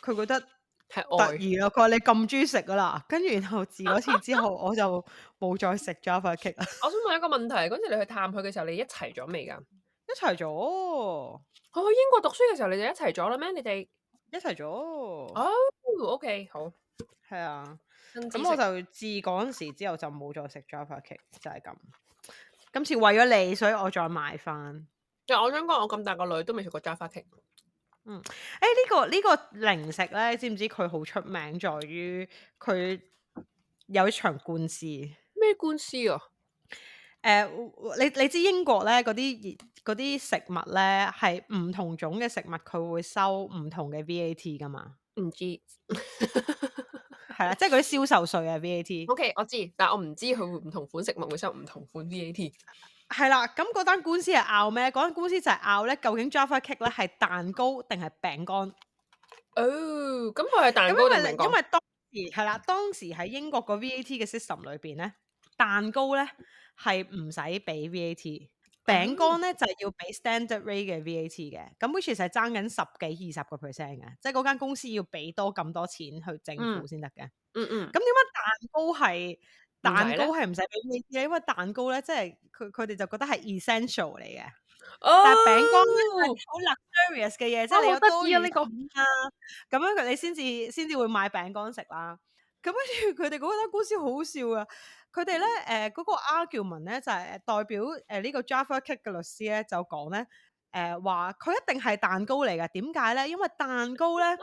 佢覺得。 係得愛。意咯！佢話你咁中意食噶啦，跟住然後自嗰次之後，我就冇再食 Java Cake 啦。我想問一個問題，嗰時你去探佢嘅時候，你一齊咗未㗎？ 一齊咗，佢去英國讀書嘅時候，你哋一齊咗啦咩？你哋一齊咗，哦，OK，好。係啊。新知咁我識就自嗰陣時之後就冇再食 Java Cake，就係咁。今次為咗你，所以我再買翻。但我想講，我咁大個女都未食過 Java cake。誒、呢、個呢、個零食咧，知唔知佢好出名？在於佢有一場官司。咩官司啊？誒、你你知英國咧嗰啲嗰啲食物咧係唔同種嘅食物，佢會收唔同嘅 VAT 噶嘛？唔知。 係啦，即係嗰啲銷售稅啊 VAT。 OK，我知，但我唔知佢會唔同款食物會收唔同款 VAT。係啦，咁嗰單官司係拗咩？嗰單官司就係拗咧，究竟 Java Cake 嗯咧係蛋糕定係餅乾？哦，咁佢係蛋咁糕因為定餅你因乾？為當時係啦，當時喺英國個 VAT 嘅 system 裏邊咧，蛋糕咧係唔使俾 VAT，餅乾咧就係要俾 standard rate 嘅 VAT 嘅。咁 which is 係爭緊十幾二十個 percent 嘅，即係嗰間公司要俾多咁多錢去政府嗯先得嘅。嗯嗯咁點解蛋糕係蛋咧糕係唔使俾 VAT 咧？因為蛋糕咧即係佢佢哋就覺得係 essential 嚟嘅。哦但係餅乾咧係好 luxurious 嘅嘢，即係你有啊哦好得多意餘啊呢個錢啊，咁樣佢你先至先至會買餅乾食啦。咁跟住佢哋嗰單官司好好笑啊！佢哋咧誒嗰個 argument 咧就係、誒代表誒呢個 Jaffa Cake 嘅律師咧就講咧誒話佢一定係蛋糕嚟嘅，點解咧？因為蛋糕咧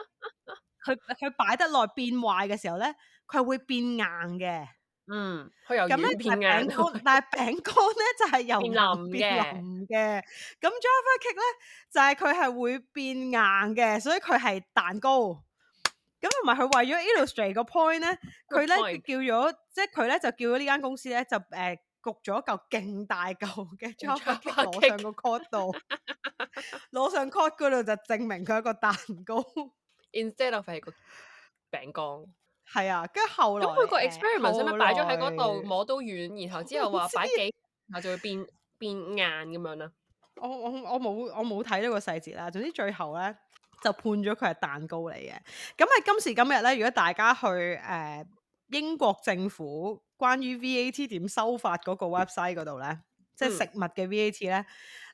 佢佢擺得耐變壞嘅時候咧，佢係會變硬嘅。嗯，佢由咁咧軟但片係餅嘅。乾，但係餅乾咧就係由變硬腍變嘅腍嘅。咁 Java Cake 咧就係佢係會變硬嘅，所以佢係蛋糕。咁同埋佢為咗 illustrate 個 point 咧，佢 Good 咧 point 叫咗，即係佢咧就叫咗呢間公司咧就誒、呃焗咗嚿勁大嚿嘅 Java Cake Jaffa 攞上個 court 度，攞上 court 嗰度就證明佢係一個蛋糕。 Instead of 係個餅乾。係啊，跟住後咁來佢個呃 experiment 使唔後使擺咗喺嗰度來摸到軟，然後之後話擺幾，然後就會變變硬咁樣啊啦。我我我冇我冇睇呢個細節啦。總之最後咧就判咗佢係蛋糕嚟嘅。咁喺今時今日咧，如果大家去誒、呃英國政府關於 VAT 點收法嗰個 website 嗰度咧，即係嗯食物嘅 VAT 咧，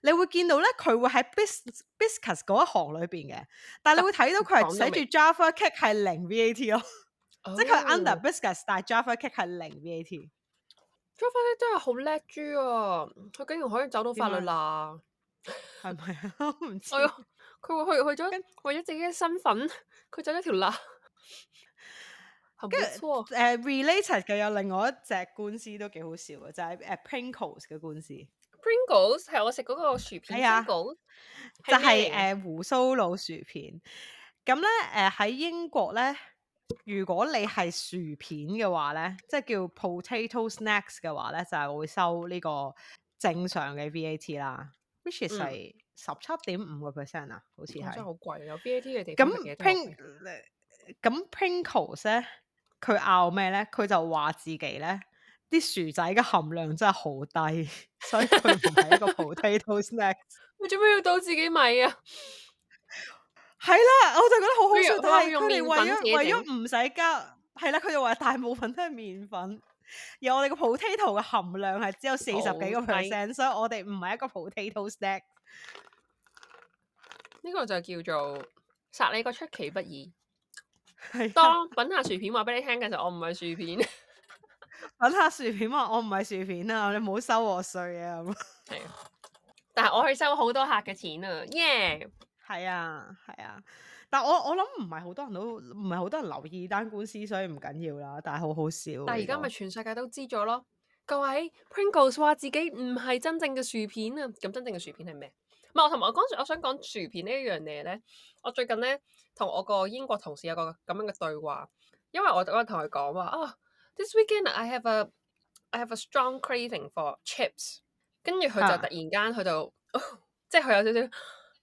你會見到咧佢會喺 bis biscuits 嗰一行裏邊嘅，但係你會睇到佢係講哦寫得住明 Java Cake 係零 VAT 咯，即係佢 under biscuits，但係 Java Cake 係零 VAT。 Java 咧真係好叻豬啊！佢竟然可以走到法律點啊啦！係咪啊？ 我唔知哎。呀，佢會去去咗為咗自己嘅身份，佢走咗條罅，很不跟錯。誒、related 呃嘅有另外一隻官司都幾好笑嘅，就係、誒 Pringles 嘅官司， Pringles 係我食嗰個薯片係啊 Pringles，就係咩嚟嘅誒胡鬚老薯片。咁咧誒喺英國咧，如果你係薯片嘅話咧，即係叫 potato snacks 嘅話咧，就係、會收呢個正常嘅 VAT 啦，which is 嗯係十七點五個 percent 啊，好似哇真係係好。貴啊！有 VAT 嘅地方食咁嘢真係好 Pring 呃貴咁 Pringles 咧，佢拗咩咧？佢就話自己咧啲薯仔嘅含量真係好低，所以佢唔係一個 potato snack。你做咩要倒自己米啊？ 係啦，我就覺得好好笑佢，話但係佢用佢哋麵粉為自己咗為咗唔使加，係啦，佢就話大部分都係麵粉。而我哋個 potato 嘅含量係只有四十幾個好低 percent，所以我哋唔係一個 potato snack。 呢個就叫做殺你個出其不意。係啊當品下薯片話俾你聽嘅時候，我唔係薯片， 揾下薯片話我唔係薯片啊，你唔好收我税啊咁。係啊，但係我去收好多客嘅錢啊，耶！係啊，係啊，但我我諗唔係好多人都唔係好多人留意單官司，所以唔緊要啦。但係好好笑啊。但係而家呢咪全世界都知咗咯。各位 Pringles 話自己唔係真正嘅薯片啊，咁真正嘅薯片係咩？唔係我同埋我嗰陣時我想講薯片呢一樣嘢咧，我最近咧同我個英國同事有個咁樣嘅對話，因為我嗰日同佢講話啊，this weekend I have a I have a strong craving for chips，跟住佢啊 就突然間佢就、哦即係佢有少少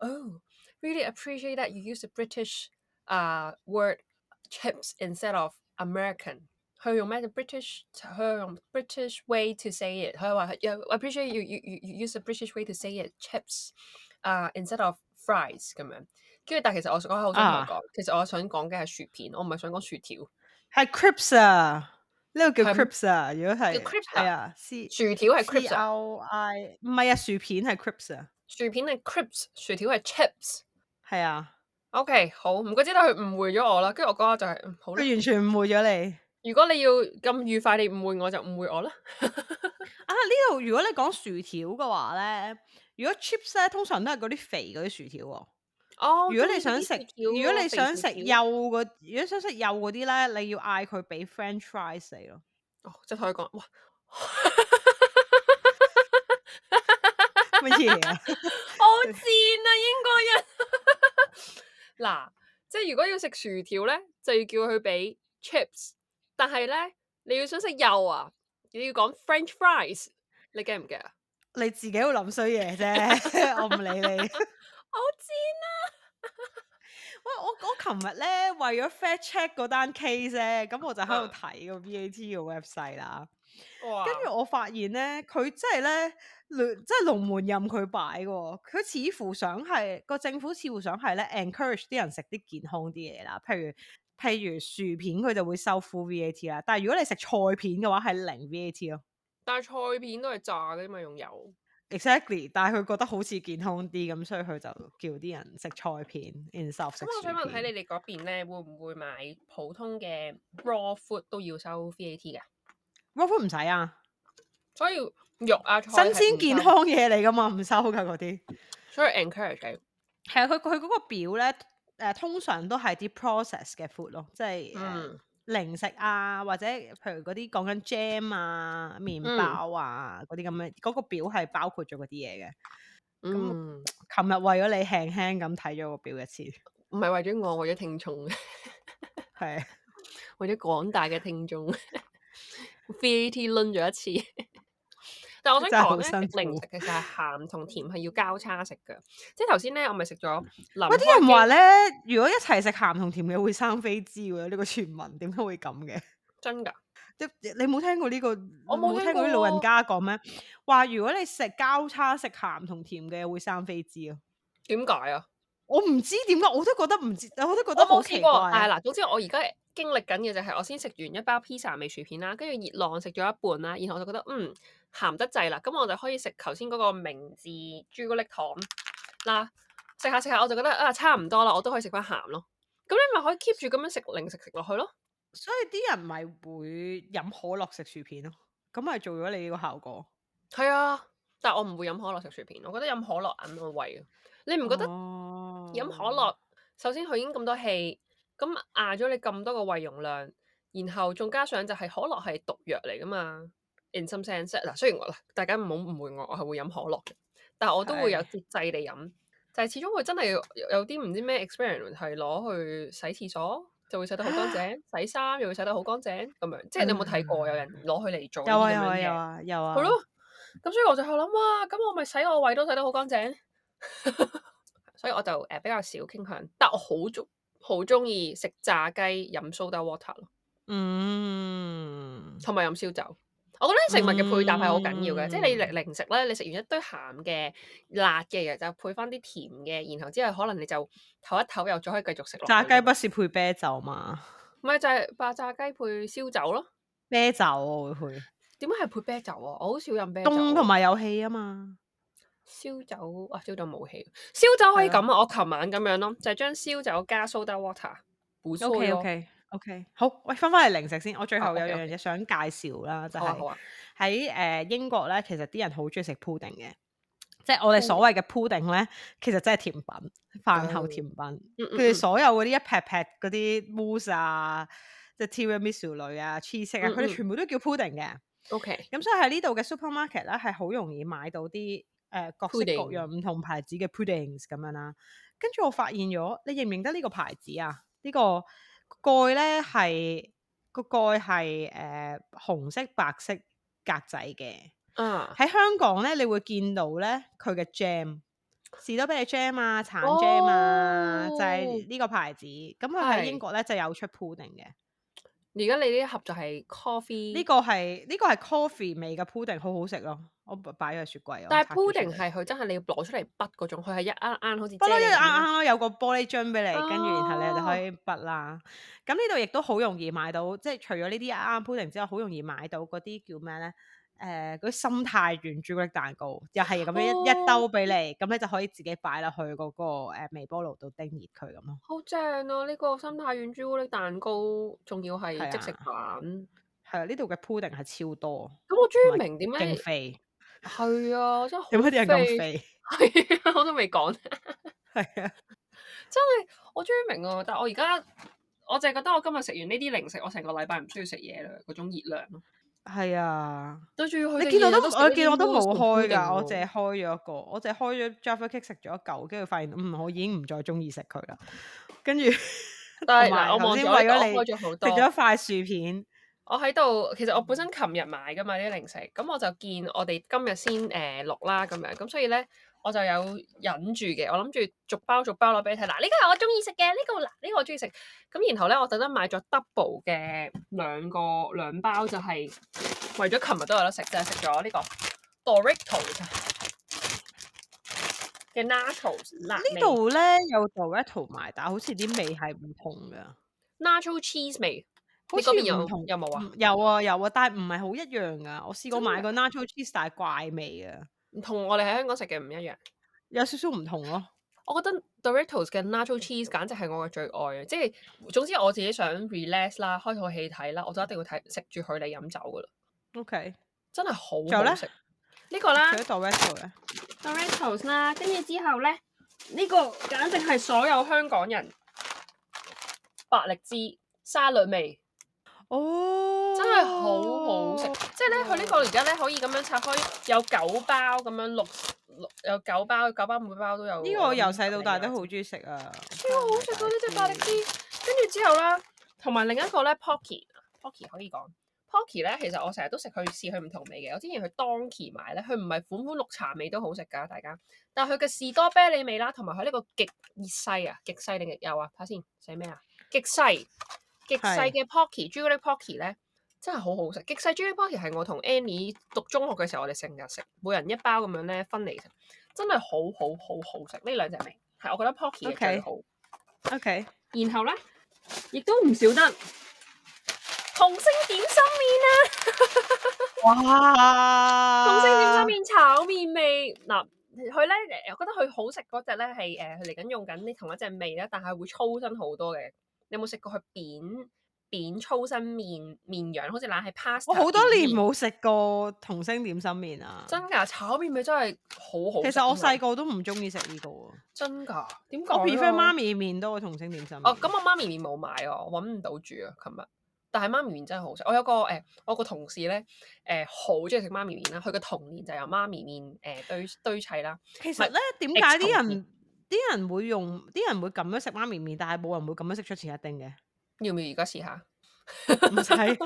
哦 really appreciate that you use the British uh word chips instead of American。佢用咩 British？佢用 British way to say it。佢話又 appreciate you you you you use the British way to say it chips 啊、instead of fries 咁樣。跟住但係其實我想我好想啊同佢講，其實我想講嘅係薯片，我唔係想講薯條。係 Crips 啊，呢個叫係咩 Crips 啊，如果係叫 Crips 啊係啊，C 薯條係 C crips 啊 O I 唔係啊，薯片係 Crips 啊，薯片係 crips，薯條係 chips。係啊， OK，好，唔怪之得佢誤會咗我啦。跟住我嗰下就係、嗯好啦佢。完全誤會咗你。如果你要咁愉快地誤會我，就誤會我啦。啊！呢度如果你講薯條嘅話咧，如果 chips 咧通常都係嗰啲肥嗰啲薯條喎、哦如果你想食，如果你想食幼幼，嗰，如果想食幼嗰啲咧，你要嗌佢俾 French fries 你咯。哦，即係同佢講，哇，乜嘢啊？好賤 啊！英嗱，即係如果要食薯條咧，就要叫佢俾 chips。但係咧，你要想食幼啊，你要講 French fries，你驚唔驚啊？你自己會諗衰嘢啫， 我唔理你。喂，我我琴日咧為咗 fact check 嗰單 case 咧，咁我就喺度嗯睇個 VAT 個 website 啦。好跟賤啊！住我發現咧，佢真係咧，亂即係龍門任佢擺喎。佢似乎想係個政府似乎想係咧 encourage 啲人食啲健康啲嘢啦，譬如譬如薯片佢就會收 full VAT 啦，但係如果你食菜片嘅話係零 VAT 咯。但係菜片都係炸嘅啫嘛，用油。 Exactly，但係佢覺得好似健康啲咁，所以佢就叫啲人食菜片 instead of 食咁我想薯問喺片。你哋嗰邊咧，會唔會買普通嘅 raw food 都要收 VAT 嘅？ r o 唔使啊，所以肉啊菜新係唔鮮健收康嘢嚟㗎嘛，唔收㗎嗰啲。所以 encourage 你。係啊，佢佢嗰個表咧，誒、通常都係啲 process 嘅 food 咯，即係誒、嗯零食啊，或者譬如嗰啲講緊 jam 啊、麵嗯包啊嗰啲咁樣，嗰、個表係包括咗嗰啲嘢嘅。嗯，琴日為咗你輕輕咁睇咗個表一次，唔係為咗我，為咗聽眾，係為咗廣大嘅聽眾，VAT 攆咗一次。 但我想真係好講咧，辛食零苦食其實係鹹同甜係要交叉食嘅。即係頭先咧，我咪食咗林嗯喂啲人話話咧，如果一齊食鹹同甜嘅會生飛滋喎，呢、個傳聞點解會咁嘅？真㗎，即你冇聽過呢、個？我冇聽聽過啲老人過家講咩？話如果你食交叉食鹹同甜嘅會生飛滋啊！點解啊？我唔知點解，我都覺得唔知，我都覺得我好冇試奇過怪，但啊。係嗱，總之我而家經歷緊嘅就係我先食完一包 pizza 味薯片啦，跟住熱浪食咗一半啦，然後我就覺得嗯鹹得滯啦，咁我就可以食頭先嗰個明治朱古力糖啦，食下食下我就覺得啊差唔多啦，我都可以食翻鹹咯。咁你咪可以 keep 住咁樣食零食食落去咯。所以啲人咪會飲可樂食薯片咯，咁咪做咗你呢個效果。係啊，但我唔會飲可樂食薯片，我覺得飲可樂揞我胃啊。你唔覺得哦飲可樂，首先佢已經咁多氣，咁壓咗你咁多個胃容量，然後仲加上就係可樂係毒藥嚟噶嘛。In some sense，嗱雖然我嗱大家唔好誤會我，我係會飲可樂嘅，但係我都會有係節制地飲。就係始終佢真係有有啲唔知咩 experiment 係攞去洗廁所，就會洗得好乾啊淨；洗衫又會洗得好乾淨咁樣。即係你有冇睇過有人攞佢嚟做呢有啲啊有咁樣啊嘅有啊有啊，係咯，咁所以我就喺度諗，哇，咁我咪洗我胃都洗得好乾淨， 所以我就誒、呃比較少傾向，但我好中好中意食炸雞、飲蘇打 water 咯，嗯，同埋飲燒酒。我覺得食物嘅配搭係好緊要嘅，即係你零零食咧，你食完一堆鹹嘅、辣嘅，然後就配翻啲甜嘅，然後之後可能你就唞一唞，又再可以繼續食落去。炸雞不是配啤酒嘛？唔係就係白炸雞配燒酒咯？啤酒啊我會配，點解係配啤酒啊？我好少飲啤酒啊。凍同埋有氣啊嘛。燒酒啊，燒酒冇氣，燒酒可以係啊咁啊！我琴晚咁樣咯，就係將燒酒加 soda water 補 O K O K O K，好，喂，翻翻嚟零食先。我最哦後有樣，OK，OK 嘢想介紹啦，就好啊係、好啊，喺誒、呃英國咧，其實啲人好中意食 pudding 嘅，即係我哋所謂嘅 pudding 咧，其實真係甜品，飯後嗯哦甜品。嗯嗯佢哋嗯所有嗰啲一劈劈嗰啲 mousse 啊，即係 tiramisu 類啊、cheese 啊，嗯佢哋嗯全部都叫 pudding 嘅。 ，OK，咁所以喺呢度嘅 supermarket 咧，係好容易買到啲誒、呃各式各 Pudding 樣唔同牌子嘅 puddings 咁樣啦。跟住我發現咗，你認唔認得呢個牌子啊？呢、個蓋咧係個蓋係誒紅色白色格仔嘅。啊，喺香港咧，你會見到咧佢嘅 jam，士多啤梨 jam 啊、橙 jam 啊，就哦係呢個牌子。咁佢喺係英國咧就有出 pudding 嘅，而家你呢一盒就係 coffee 呢個係呢個係 coffee 味嘅 pudding，好好食咯。我擺咗喺雪櫃。我但係拆咗出 pudding 嚟係佢真係你要攞出嚟筆嗰種，佢係一啱啱好似不嬲一啫喱啱咁樣啱咯，有個玻璃樽俾你，跟住然後咧就哦可以筆啦。咁呢度亦都好容易買到，即係除咗呢啲啱啱 pudding 之外，好容易買到嗰啲叫咩咧？誒、嗰啲心太軟朱古力蛋糕，又係咁樣一、哦一兜俾你，咁你就可以自己擺落去嗰、個、誒微波爐度叮熱佢咁咯。好正啊！呢個心態軟朱古力蛋糕，仲要係係即食啊版。咁係啊，呢度嘅 pudding 係超多，我終同於埋明點解你勁肥，係啊，真係好點解啲人咁？肥？ 係啊，我都未講。 係啊，真係我終於明啊！但係我而家我淨係覺得我今日食完呢啲零食，我成個禮拜唔需要食嘢啦，嗰種熱量咯。係啊。對住佢哋你見到日日都食我呢見啲我都 noodles 冇同開 pudding 㗎，我喎淨係開咗一個，我淨係開咗 Jaffa Cake 食咗一嚿，跟住發現嗯我已經唔再中意食佢啦，跟住但係同埋嗱，我頭望先咗為咗呢你個我開咗好食多咗。一塊薯片，我喺度，其實我本身琴日買噶嘛啲零食，咁我就見我哋今日先誒錄啦咁樣，咁所以咧我就有忍住嘅，我諗住逐包逐包攞俾你睇。嗱，呢個係我中意食嘅，呢、個嗱呢、個我中意食。咁然後咧，我特登買咗 double 嘅兩個兩包，就係、為咗琴日都有得食，就係食咗呢個 Doritos 啊嘅 Nachos 辣呢味度咧有 Dorito 埋，但好似啲味係唔同㗎， Nacho cheese 味，好你似嗰邊唔有同。有冇啊？嗯有啊有啊，但係唔係好一樣㗎。我試過真買㗎個 nacho cheese，但係怪味啊，同我哋喺香港食嘅唔一樣。有少少唔同咯。我覺得 Doritos 嘅 Nacho Cheese 簡直係我嘅最愛啊！即係總之我自己想 relax 啦，開套戲睇啦，我就一定要睇食住佢嚟飲酒噶啦， OK，真係好仲有好呢食。呢個啦除咗 Dorito 咧， ，Doritos 啦，跟住之後咧，呢、個簡直係所有香港人百力滋沙律味，哦，真係好好食。即係咧，佢呢個而家咧可以咁樣拆開，有九包咁樣六六有九包，九包每包都有。呢個我由細到大都好。好中意食啊，超好食啊！呢只百力滋，跟住之後啦，同埋另一個咧 Pocky，Pocky 可以講 Pocky 咧，其實我成日都食佢試佢唔同味嘅。我之前去 Donkey 買咧，佢唔係款款綠茶味都好食㗎，大家。但係佢嘅士多啤梨味啦，同埋佢呢個極熱西啊，極西定極幼啊，睇下先寫咩啊？極西極西係嘅 Pocky 朱古力 Pocky 咧，真係好好食。極西朱古力 Pocky 係我同 Annie 讀中學嘅時候，我哋成日食，每人一包咁樣咧分嚟食，真係好好好好食。呢兩隻味係我覺得 Pocky 嘅最 OK 好。 ，OK。然後咧，亦都唔少得紅星點心麵啊，哇！紅星點心麵炒麵味嗱。佢咧，誒我覺得佢好食嗰只咧係誒，佢嚟緊用緊呢同一隻味咧，但係會粗身好多嘅。你有冇食過佢扁扁粗身麵麵樣，好似懶係 pasta？我好多扁年麵冇食過童星點心麵啊！真㗎，炒麵味真係好好食㗎。啊其實我細個都唔中意食呢個喎，真㗎，點我講啊？ prefer 媽咪麵多過童星點心麵。哦，咁我媽咪麵冇買啊，我揾唔到住啊，琴日。但係媽咪麵真係好食，我有個誒、我有個同事咧，誒好中意食媽咪麵啦，佢嘅童年就由媽咪麵誒、堆堆砌啦。其實咧，點解啲人啲人會用啲人會咁樣食媽咪麵，但係冇人會咁樣食出前一丁嘅？要唔要而家試下？唔使。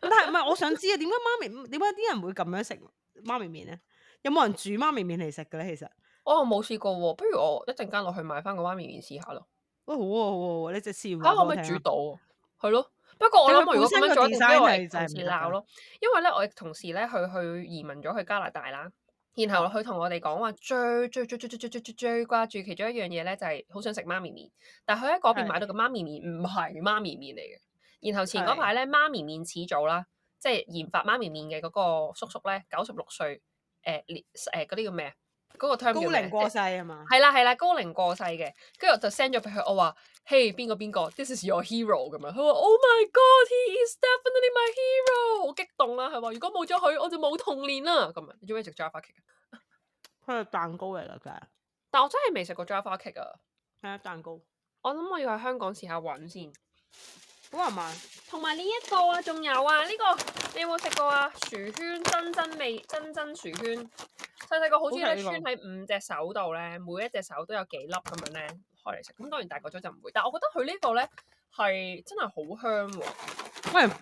但係唔係我想知啊？點解媽咪點解啲人會咁樣食媽咪麵咧？有冇人煮媽咪麵嚟食嘅咧？其實，哦，我冇試過喎，不如我一陣間落去買翻個媽咪麵試下咯。喂，好啊好啊好啊，你隻試睇完下話可俾唔我可聽以啊煮到喎？係咯，不過我但諗佢我如果本身咁樣個做，一定俾我 design 係就係唔得同事㗎鬧咯。因為咧，我同事咧，佢去移民咗去加拿大啦，然後佢同我哋講話最最最最最最最最最掛住其中一樣嘢咧，就係好想食媽咪麵。但佢喺嗰邊係買到嘅媽咪麵唔係媽咪麵嚟嘅。然後前嗰係排咧，媽咪麵始祖啦，即係研發媽咪麵嘅嗰個叔叔咧，九十六歲，誒列誒嗰啲叫咩啊？嗰、個 term 高叫咩啊齡過即係世啊嘛。係啦係啦，高齡過世嘅，跟住我就 send 咗俾佢，我話：，嘿，邊個邊個，this is your hero 咁樣。佢話：Oh my god，he is definitely my hero。好激動啦，佢話：如果冇咗佢，我就冇童年啦。咁樣，你做咩食 Java cake 啊？佢係蛋糕嚟㗎，佢係但我真係未食過 Java cake 啊！係啊蛋糕，我諗我要喺香港試下揾先。好啊難買。同埋呢一個啊，仲有啊，呢、個你有冇食過啊？薯圈真真味真真薯圈，細細個好中意好咧食呢穿喺五隻手度咧，每一隻手都有幾粒咁樣咧開嚟食。咁當然大個咗就唔會，但我覺得佢呢個咧係真係好香喎、喂，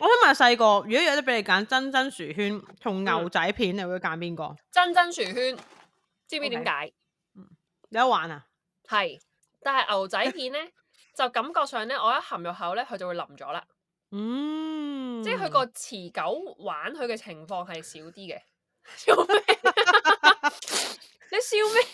我想問細個，如果有得俾你揀真嗯真薯圈同牛仔片，你會揀邊個？真真薯圈，知唔知點解？你有玩啊？係，但係牛仔片咧就感覺上咧，我一含入口咧，佢就會淋咗啦，嗯，即係佢個持久玩佢嘅情況係少啲嘅。 笑咩？你笑 咩？啊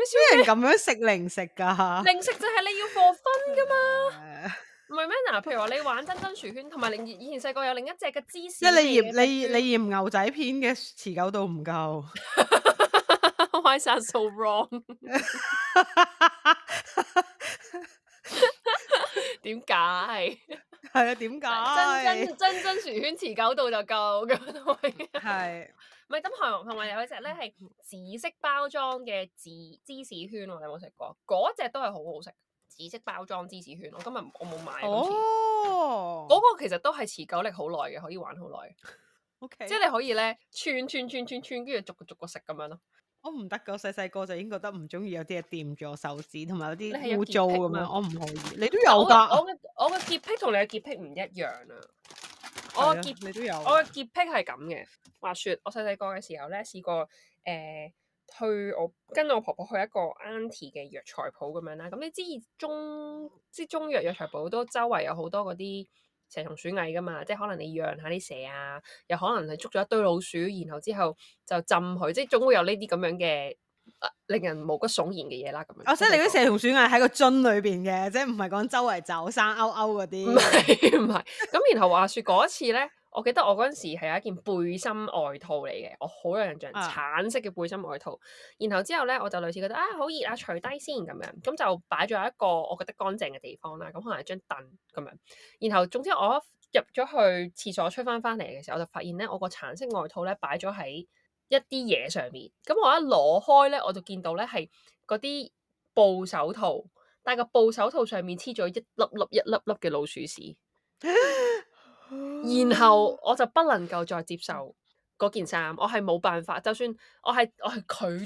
你笑啲人咁樣食零食㗎。零食就係你要過分噶嘛？誒唔係咩？嗱，譬如話你玩真真薯圈，同埋你以前細個有另一隻嘅芝士即係你味嫌嘅你隻你嫌牛仔片嘅持久度唔夠， 圈 Why is that so wrong？點解？係啊？點 真解？真真真薯圈持久度就夠咁都係係唔係咁同同埋有一隻嗯咧係紫色包裝嘅紫芝士圈喎，你有冇食過？嗰隻都係好好食，紫色包裝芝士圈。我今日我冇買今次哦嗰、個其實都係持久力好耐嘅，可以玩好耐嘅。 ，OK，即係你可以咧串串串串串，跟住逐個逐個食咁樣咯。我唔得噶，我細細個就已經覺得唔中意有啲嘢掂住我手指，同埋有你係啲有污潔糟癖咁嘛樣，我唔可以。你都但有我嘅㗎，我嘅我嘅潔癖同你嘅潔癖唔一樣啊！我係嘅啊潔你都有。我嘅潔癖係咁嘅。話説我細細個嘅時候咧，試過誒、呃去我跟我婆婆去一個 auntie 嘅藥材鋪咁樣啦。咁你知中即係中藥藥材鋪都周圍有好多嗰啲蛇蟲鼠蟻噶嘛，即係可能你養下啲蛇啊，又可能係捉咗一堆老鼠，然後之後就浸佢，即係總會有呢啲咁樣嘅、啊令人毛骨悚然嘅嘢啦。咁樣哦，即係你嗰啲細細個蛇蟲鼠蟻喺個樽裏邊嘅，即係唔係講周圍走生勾勾嗰唔啲。係唔係，咁然後話説嗰一次咧，我記得我嗰陣時係有一件背心外套嚟嘅，我好有印象，啊橙色嘅背心外套。然後之後咧，我就類似覺得啊好熱啊，除低先咁樣，咁就擺咗一個我覺得乾淨嘅地方啦，咁可能係張凳咁樣。然後總之我一入咗去廁所出翻翻嚟嘅時候，我就發現咧我個橙色外套咧擺咗喺一啲嘢上面。咁我一攞開咧，我就見到咧係嗰啲布手套。但係個布手套上面黐咗一粒粒一粒粒嘅老鼠屎，然後我就不能夠再接受嗰件衫，我係冇辦法，就算我係我係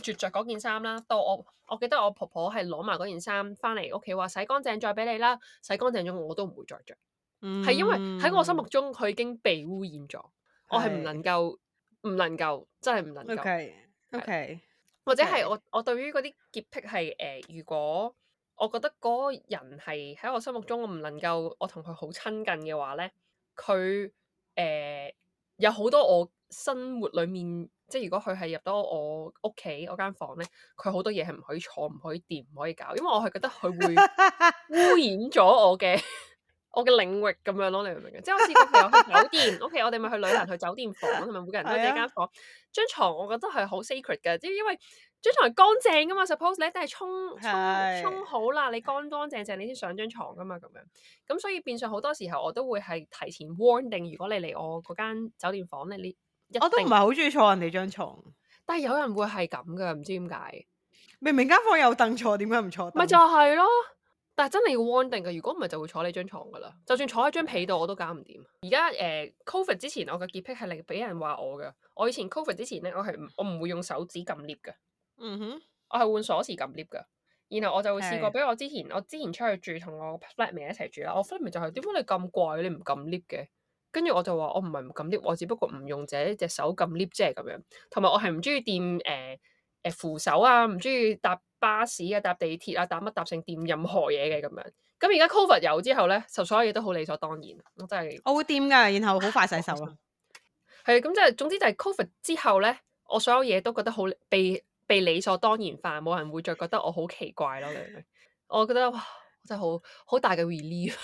拒絕着嗰件衫啦。到我我記得我婆婆係攞埋嗰件衫翻嚟屋企話洗乾淨再俾你啦，洗乾淨咗我都唔會再着，嗯係因為喺我心目中佢已經被污染咗，我係唔係能夠唔能夠真係唔能夠。 OK OK，或者係 Okay. 我我對於嗰啲潔癖係誒、呃如果我覺得嗰個人係喺我心目中我唔能夠我同佢好親近嘅話咧，佢誒、呃有好多我生活裡面，即係如果佢係入到我屋企我間房咧，佢好多嘢係唔可以坐、唔可以掂、唔可以搞，因為我係覺得 佢會污染咗我嘅我嘅領域咁樣咯，你明唔明啊？即係我試過譬如我去酒店 ，OK，我哋咪去旅行去酒店房，同埋每個人都有自己係啊間房。張床我覺得係好 sacred 嘅，即係因為張床係乾淨噶嘛，suppose 你一定係沖沖係沖好啦，你乾乾淨淨你先上張床噶嘛，咁樣。咁所以變相好多時候我都會係提前 warn 定，如果你嚟我嗰間酒店房咧，你一我都唔定係好中意坐人哋張床。但係有人會係咁噶，唔知點解。明明間房有凳坐，點解唔坐凳？咪就係咯。但係真係要 warn 定嘅，如果唔係就會坐你張床噶啦。就算坐喺張被度我都搞唔掂。而家誒 covid 之前我嘅潔癖係嚟俾人話我嘅。我以前 covid 之前咧，我係唔我唔會用手指撳 lift 嘅，嗯哼，我係換鎖匙撳 lift 嘅。然後我就會試過係俾我之前我之前出去住同我 flatmate 一齊住啦，我 flatmate 就係點解你咁怪你唔撳 lift 嘅？跟住我就話我唔係唔撳 lift，我只不過唔用自己隻手撳 lift 啫咁樣。同埋我係唔中意掂誒誒扶手啊，唔中意搭巴士啊、搭地鐵啊、搭乜搭成掂任何嘢嘅咁樣。咁而家 covid 有之後咧，就所有嘢都好理所當然，我真係我會掂㗎，然後好快洗手 咯。係咁即係總之就係 covid 之後咧，我所有嘢都覺得好理被被理所當然化，冇人會再覺得我好奇怪咯。你明唔明？我覺得哇，我真係好好大嘅 relief。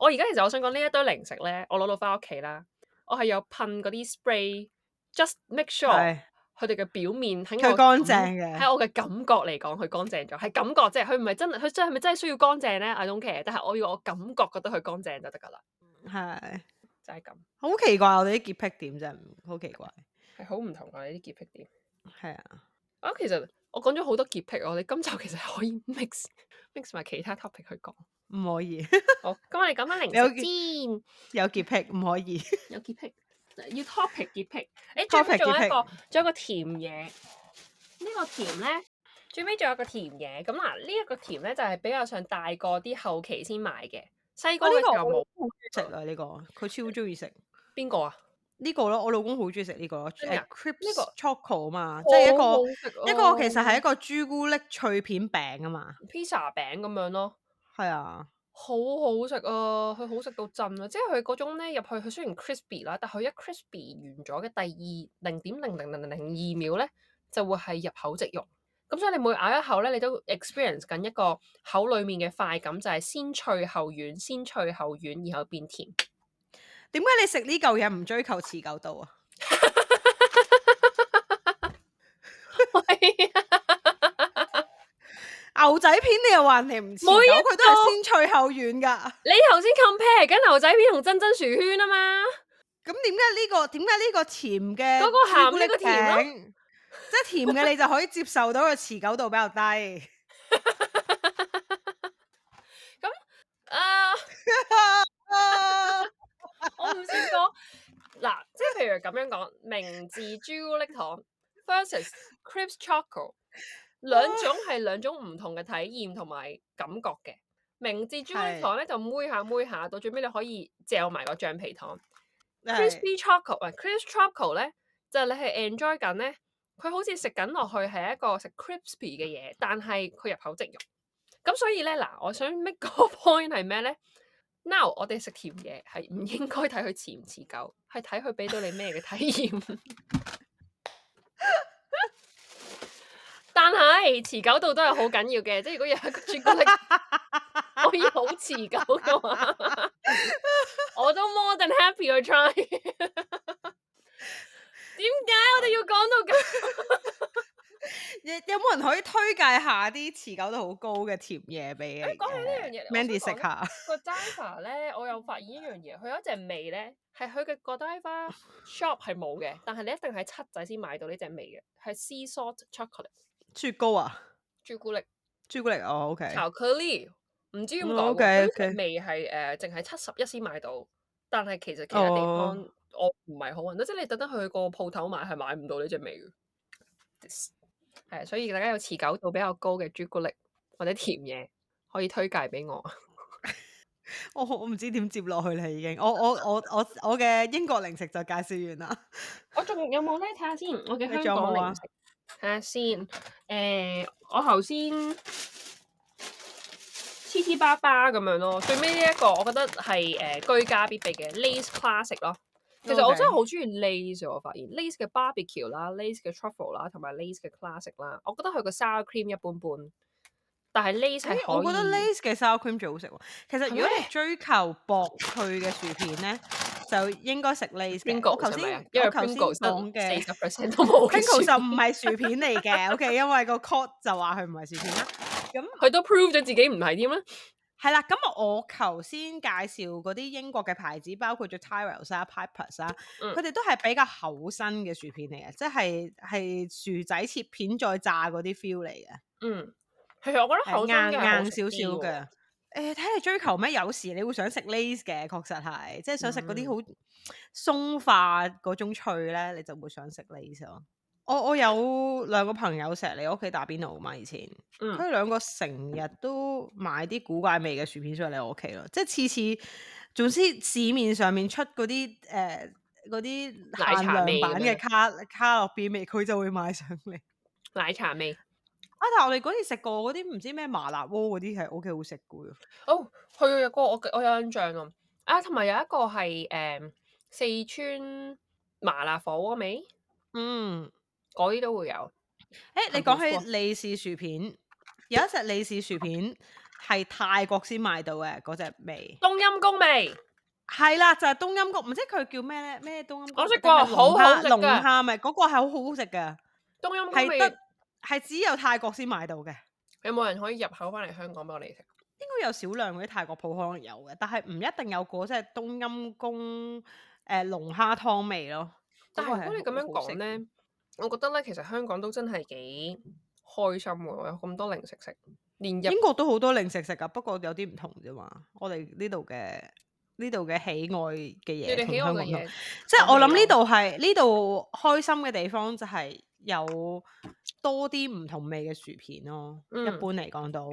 我而家其實我想講呢一堆零食咧，我攞到翻屋企啦，我係有噴嗰啲 spray，just make sure 係佢哋嘅表面喺佢乾我感淨嘅喺我嘅感覺嚟講，佢乾淨咗，係感覺啫，佢唔係真係，佢真係咪真係需要乾淨咧？I don't care，但係我要我感覺覺得佢乾淨就得㗎啦，係就係咁，好奇怪，我哋啲潔癖點真係好奇怪。係好唔同啊！呢啲潔癖點。係啊，啊，其實我講咗好多潔癖，我哋今集其實可以 mix mix 埋其他 topic 去講。唔可以 好，咁我哋講翻零你有食先，有潔癖，唔可 以。有潔癖，要 topic 潔癖。誒，最尾 Topic 仲有潔一癖個，仲有一個甜嘢。呢個甜咧，最尾仲有一個甜嘢。咁嗱，呢一個甜咧就係比較上大個啲後哦期先買嘅，細個我呢嘅個時候我冇。好中意食啊！呢個佢超中意食，邊個啊？呢個咯，我老公好中意食呢個咯，真㗎誒 Crips 個 Choco 啊嘛，即係一好好個食一個啊其實係一個朱古力脆片餅啊嘛， pizza 餅咁樣咯。係啊，好好食啊！佢好食到震啊！即係佢嗰種咧入去，佢雖然 crispy 啦，但佢一 crispy 完咗嘅第二零點零零零零二秒咧，就會係入口即溶。咁所以你每咬一口咧，你都 experience 緊一個口裡面嘅快感，就係、先脆後軟，先脆後軟，然後變甜。 點解你食呢嚿嘢唔追求持久度啊？係啊牛仔片你又話人哋唔持久，每一佢都係先脆後軟㗎。你頭先 compare 緊牛仔片同真真薯圈啊嘛，咁點解呢個點解呢個甜嘅嗰個鹹朱古力呢個甜咯餅，即係甜嘅你就可以接受到佢持久度比 較低。啊、啊我唔識講嗱，即係譬如咁樣講，明治朱古力糖 versus Crips Choco，兩種係兩種唔同嘅體驗同埋感覺嘅。明治朱古力係糖咧就妹下妹下，到最尾你可以嚼埋個橡皮糖。係 Crispy Choco 啊，Crips Choco 咧就係你係 enjoy 緊咧，佢好似食緊落去係一個食 crispy 嘅嘢，但係佢入口即溶。咁所以咧嗱，我想 make 個 point 係咩咧？Now 我哋食甜嘢係唔應該睇佢持唔持久，係睇佢俾到你咩嘅體驗。 但係持久度都係好緊要嘅，即係如果有一個朱古力可以好持久嘅話，我都 more than happy 去 try。點解我哋要講到咁？有有冇人可以推介下啲持久度好高嘅甜嘢俾誒講起呢樣嘢呃我想 Mandy 講食下？ 個 diver 咧，我有發現一樣嘢，佢有一隻味咧，係佢嘅個 diver shop 係冇嘅，但係你一定喺七仔先買到呢隻味嘅，係 sea salt chocolate 雪糕啊，朱古力朱古力哦，OK，巧克力，唔知點嗯講喎，佢呢 OK，OK 隻味係誒，淨係七十一先買到，但係其實其他地哦方我唔係好揾到，即係你特登去個鋪頭買係買唔到呢隻味嘅。係，所以大家有持久度比較高嘅朱古力或者甜嘢可以推介俾我。我我唔知點接落去啦，已經。我我我我我嘅英國零食就介紹完啦。我仲有冇咧？睇下先，我嘅你仲有香港冇啊零食睇下先。誒、我頭先黐黐巴巴咁樣咯，最尾呢一個我覺得係誒、居家必備嘅 Lace Classic 咯。其實我真 OK 係好中意 Lace，啊我發現 Lace 嘅 barbecue 啦、Lace 嘅 truffle 啦，同埋 Lace 嘅 classic 啦，我覺得佢個 sour cream 一般般，但係 Lace 係可以咦。我覺得 Lace 嘅 sour cream 最好食喎。其實係如果你咩追求薄脆嘅薯片咧，就應該食 Lace 嘅。我 Pringle 頭係咪啊先？因為我頭先 Pringle 講四嘅十 percent 都冇嘅 Pringle 薯就唔係薯片嚟嘅，OK，因為個 court 就話佢唔係薯片啦。咁佢都 prove 咗自己唔係添啦。係啦，咁我頭先介紹嗰啲英國嘅牌子，包括咗 Tyrrells 啊、Pipers 啊，嗯佢哋、都係比較厚身嘅薯片嚟嘅，即係係薯仔切片再炸嗰啲 feel 嚟嘅。嗯，其實我覺得係口硬感硬少少嘅。誒，睇你追求咩？有時你會想食 lace 嘅，確實係，即係想食嗰嗯啲好鬆化嗰種脆咧，你就會想食 lace 咯。我我有兩個朋友成日嚟我屋企打邊爐嘛，以前嗯佢哋兩個成日都買啲古怪味嘅薯片上嚟我屋企咯，即係次次總之市面上面出嗰啲誒嗰奶啲茶限量味咁版嘅樣卡卡樂 B 味，佢就會買上嚟。奶茶味。啊！但係我哋嗰次食過嗰啲唔知咩麻辣鍋嗰啲係 O K 好食嘅喎。哦，佢有個我我有印象喎。啊，同埋有一個係誒、四川麻辣火鍋味，嗯，嗰啲都會有。誒你係冇講錯起利是薯片，有一隻利是薯片係泰國先買到嘅嗰隻味，冬陰功味，係啦，就係、冬陰功，唔知佢叫咩咧？咩冬陰功？我食定係過好龍好蝦食龍㗎蝦咪嗰個係好好食嘅，冬陰功係味得係只有泰國先買到嘅。有冇人可以入口翻嚟香港俾我哋食？應該有少量嗰啲泰國鋪可能有嘅，但係唔一定有嗰隻冬陰功誒龍蝦湯味咯。但嗰個係如果好你咁樣好食講咧，我覺得咧其實香港都真係幾開心喎，有咁多零食食，連日英國都好多零食食噶，不過有啲唔同啫嘛。我哋呢度嘅呢度嘅喜愛你嘅嘢哋同喜愛香港嘅唔同嘢，，即係我諗呢都度係呢度開心嘅地方就係有多啲唔同味嘅薯片咯。一嗯般嚟講到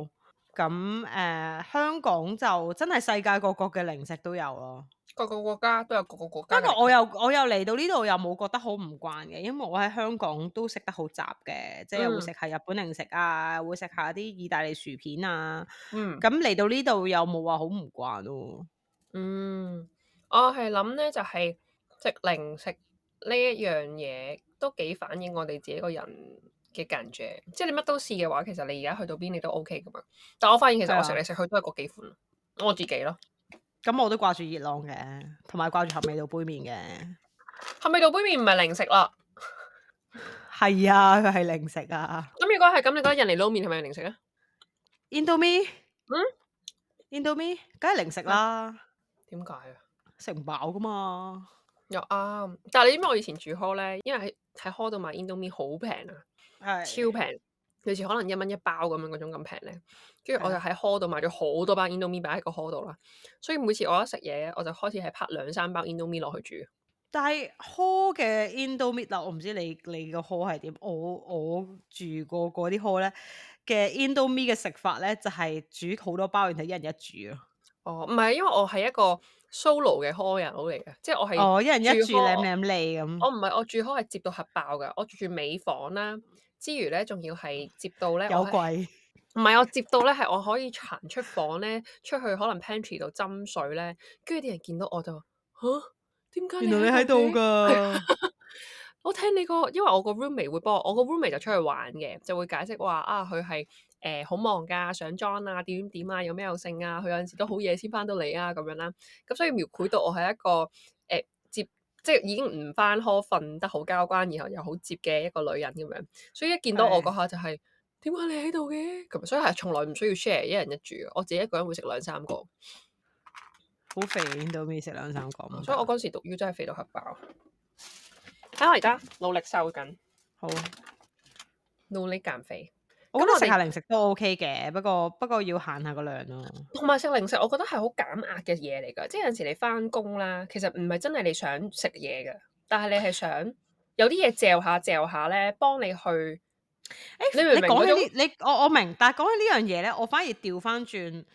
咁誒、呃香港就真係世界各國嘅零食都有咯。各個國家都有各個國家嘅歷不史。過我又我又嚟到呢度又冇覺得好唔慣嘅，因為我喺香港都食得好雜嘅，即係會嗯食下日本零食啊，會食下啲意大利薯片啊。嗯咁嚟到呢度又冇話好唔慣咯。嗯，我係諗咧，就係食零食呢一樣嘢都幾反映我哋自己個人嘅感覺。即係你乜都試嘅話，其實你而家去到邊你都 OK 噶嘛。但我發現其實我食係啊嚟食去都係嗰幾款，我自己咯。咁我都掛住熱浪嘅，同埋掛住合味道杯麵嘅。係咪到杯麵唔係零食啦？係啊，佢係零食啊。咁如果係咁，你覺得人哋撈麵係咪零食啊？ Indomie，嗯，Indomie 梗係零食啦，點解啊？食唔飽噶嘛。又啱，但係你知唔知我以前住 hall 咧，因為喺喺 hall 度買 Indomie 好平啊，係超平，類似可能一蚊一包咁樣嗰種咁平咧。跟住我係就啊喺 hall 度買咗好多包 Indomie 擺喺個 hall 度啦，所以每次我一食嘢，我就開始係拍兩三包 Indomie 落去煮。但係 hall 嘅 Indomie 嗱，我唔知你你個 hall 係點，我我住過嗰啲 hall 咧嘅 Indomie 嘅食法咧，就係、煮好多包，然後一人一煮啊咯。哦，唔係，因為我係一個 solo 嘅 hall 人佬嚟嘅，即係我啊係。哦，一人一住煮 hall，舐舐脷我咁，唔係，我住 hall 係接到核爆㗎，我住住美房啦，之餘咧仲要係接到咧，有我係貴。唔係我接到咧係我可以行出房咧，出去可能 pantry 度斟水咧，跟住啲人見到我就話吓，點解原來你喺度嘅？㗎，我聽你個，因為我個 roommate 會幫我，我個 roommate 就出去玩嘅，就會解釋話啊，佢係誒好忙㗎，上妝啊，點點點啊，有咩有剩啊，佢有陣時都好夜先翻到嚟啊，咁樣啦。咁所以描繪到我係一個誒、呃接，即係已經唔翻 hall 瞓得好交關，然後又好接嘅一個女人咁樣。所以一見到我係嗰下就係點解你喺度嘅？咁所以係從來唔需要 share 一人一注，我自己一個人會食兩三個。好肥 Indomie 食兩三個冇所以我得嗰時讀 U 真係肥到核爆。睇啊我而家努力瘦緊，好，努力減肥。我覺咁得我食哋下零食都 OK 嘅，不過不過要限下個量咯。同埋食零食，我覺得係好減壓嘅嘢嚟㗎。即係有陣時你翻工啦，其實唔係真係你想食嘢㗎，但係你係想有啲嘢嚼下嚼下咧，幫你去。誒你明唔明講嗰起呢，你我我明，但係講起呢樣嘢咧，我反而調翻轉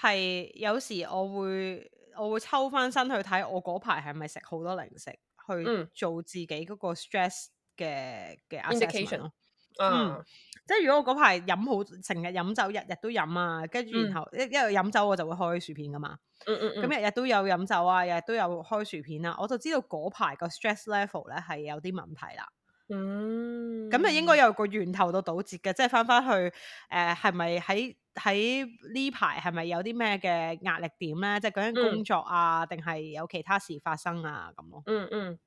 係有時我會我會抽翻身去睇我嗰排係咪食好多零食，去嗯做自己嗰個 stress 嘅嘅 Indication assessment 咯。嗯啊，即係如果我嗰排飲好，成日飲酒，日日都飲啊，跟住嗯然後一一有飲酒我就會開薯片噶嘛，嗯嗯咁嗯，日日都有飲酒啊，日日都有開薯片啊，我就知道嗰排個 stress level 咧係有啲問題啦。嗯，咁就應該有個源頭到堵截嘅，即係翻翻去誒係咪喺喺呢排係咪有啲咩嘅壓力點咧？即係究竟嗯工作啊，定係有其他事發生啊咁咯？嗯嗯，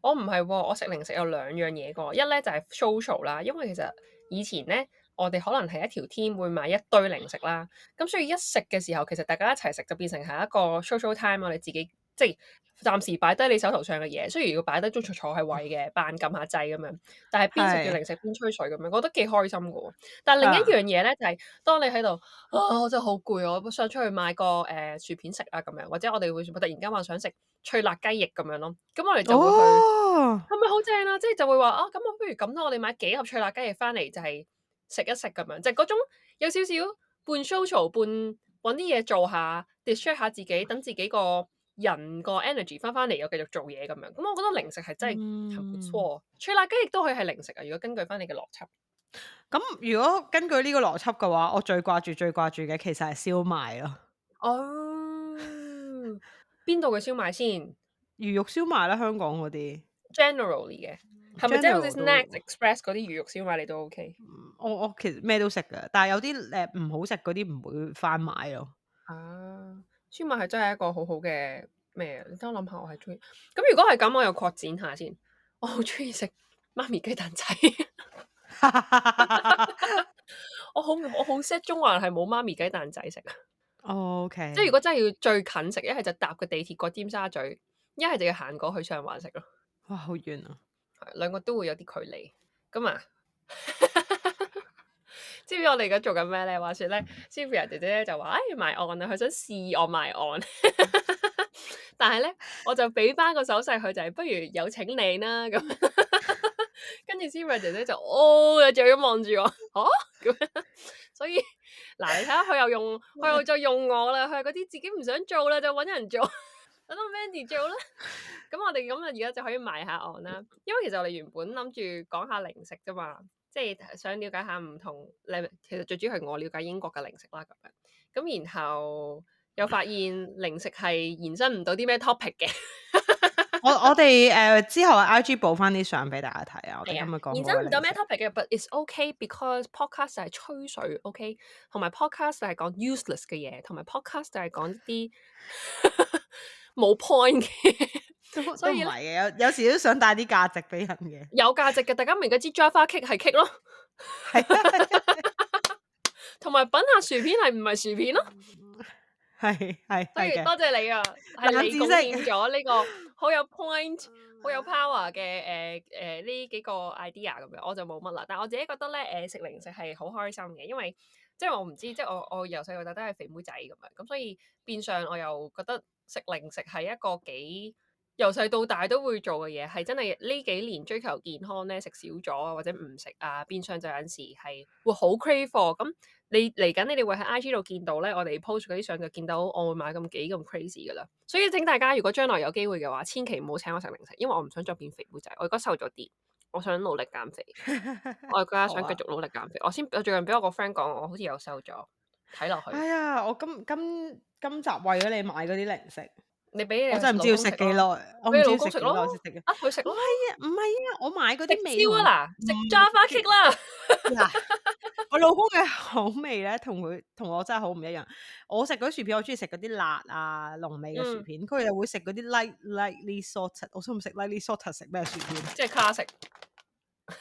我唔係喎，我食零食有兩樣嘢㗎喎，一咧就係 social 啦，因為其實以前咧。我哋可能係一條 team 會買一堆零食啦，咁所以一食嘅時候，其實大家一齊食就變成係一個 social time，我哋自己即係暫時擺低你手頭上嘅嘢，雖然要擺低都坐坐喺位嘅，扮撳下掣咁樣，但係邊食係啊住零食邊吹水咁樣，覺得幾開心嘅喎。但係另一樣嘢咧就係、當你喺度啊，我真係好攰啊，我想出去買個誒、呃薯片食啊咁樣，或者我哋會突然間話想食脆辣雞翼咁樣咯，咁我哋就會去。哦，係咪好正啦？即係就會話啊，咁我不如咁啦，我哋買幾盒脆辣雞翼翻嚟，就係食一食咁樣，就係嗰種有少少半 social 半揾啲嘢做下，distract 下自己，等自己個人個 energy 翻翻嚟，又繼續做嘢咁樣。咁我覺得零食係真係很不嗯錯，脆辣雞翼都可以係零食啊。如果根據翻你嘅邏輯，咁如果根據呢個邏輯嘅話，我最掛住最掛住嘅其實係燒賣咯，哦，邊度嘅燒賣先魚肉燒賣啦，香港嗰啲， ？Generally 嘅係咪即係好 General 似都 Snack Express 嗰啲魚肉燒賣你都 OK 嗯我我其實咩都食嘅，但係有啲誒唔好食嗰啲唔會翻買 咯。啊？燒賣係真係一個好好嘅咩？啊你等我諗下，我係中意。咁如果係咁，我又擴展下先。我好中意食媽咪雞蛋仔，我好我好 set 中環係冇媽咪雞蛋仔食啊！ O K，即係如果真係要最近食，一係就搭個地鐵過尖沙咀，一係就要行過去上環食咯。哇好遠啊！係兩個都會有啲距離。咁啊，知唔知我哋而家做緊咩咧？話說咧，Sylvia 姐姐咧就話：，哎，埋岸啦，佢想試我埋岸。 但係咧，我就俾翻個手勢佢，就係、不如有請你啦咁。 跟住 Sylvia 姐姐就哦有嘴咁望住我，嚇咁樣。所以嗱，你睇下佢又用，佢又再用我啦，佢係嗰啲自己唔想做啦，就揾人做。 等到 Mandy 做啦。咁我哋咁啊，而家就可以埋下岸啦。因為其實我哋原本諗住講下零食啫嘛，即係想了解下唔同你其實最主要係我了解英國嘅零食啦咁樣。咁然後又發現零食係延伸唔到啲咩 topic 嘅。我我哋诶之後 I G 補翻啲相俾大家睇啊！我哋係今日講延過嘅伸唔到咩零食 topic 嘅，but it's okay because podcast 就係吹水，OK，同埋 podcast 就係講 useless 嘅嘢，同埋 podcast 就係講一啲 冇 point 嘅都都唔所以呢係嘅，有有時都想帶啲價值俾人嘅。有價值嘅。大家明嘅知 Java cake 係 cake 咯，同埋品下薯片係唔係薯片咯。係係係所以嘅。多謝 你啊，係冷你知貢識獻咗呢個好有 point、好有 power 嘅誒誒呢幾個 idea 咁樣，我就冇乜啦。但係我自己覺得咧，誒、食零食係好開心嘅，因為即係我唔知，即係我我由細到大都係肥妹仔咁樣，咁所以變相我又覺得食零食係一個幾。由細到大都會做嘅嘢，係真係呢幾年追求健康咧，食少咗啊，或者唔食啊，變相就有陣時係會好 crave for 咁。你嚟緊，你哋會喺 IG 度見到咧，我哋 post 嗰啲相就見到哦我會買咁幾咁 crazy 噶啦。所以請大家如果將來有機會嘅話，千祈唔好請我食零食，因為我唔想再變肥妹仔。我而家瘦咗啲，我想努力 減肥，我而家想好啊繼續努力減肥。我先我最近俾我個 friend 講，我好似有瘦咗，睇落哎去呀，我今今今集為咗你買嗰啲零食，你俾你我真係唔知要食幾耐，耐，我唔俾知要你老公食食幾咯耐先食嘅。呃佢食咯，唔係啊，我買嗰食啲嗯美蕉紅啊嗱，食 Java cake 啦。 嗱，我老公嘅口味咧，同佢同我真係好唔一樣。我食嗰啲薯片，我中意食嗰啲辣啊、濃味嘅薯嗯片，佢又會食嗰啲 light lightly salted。我想唔食 lightly salted 食咩薯片？啊即係卡食。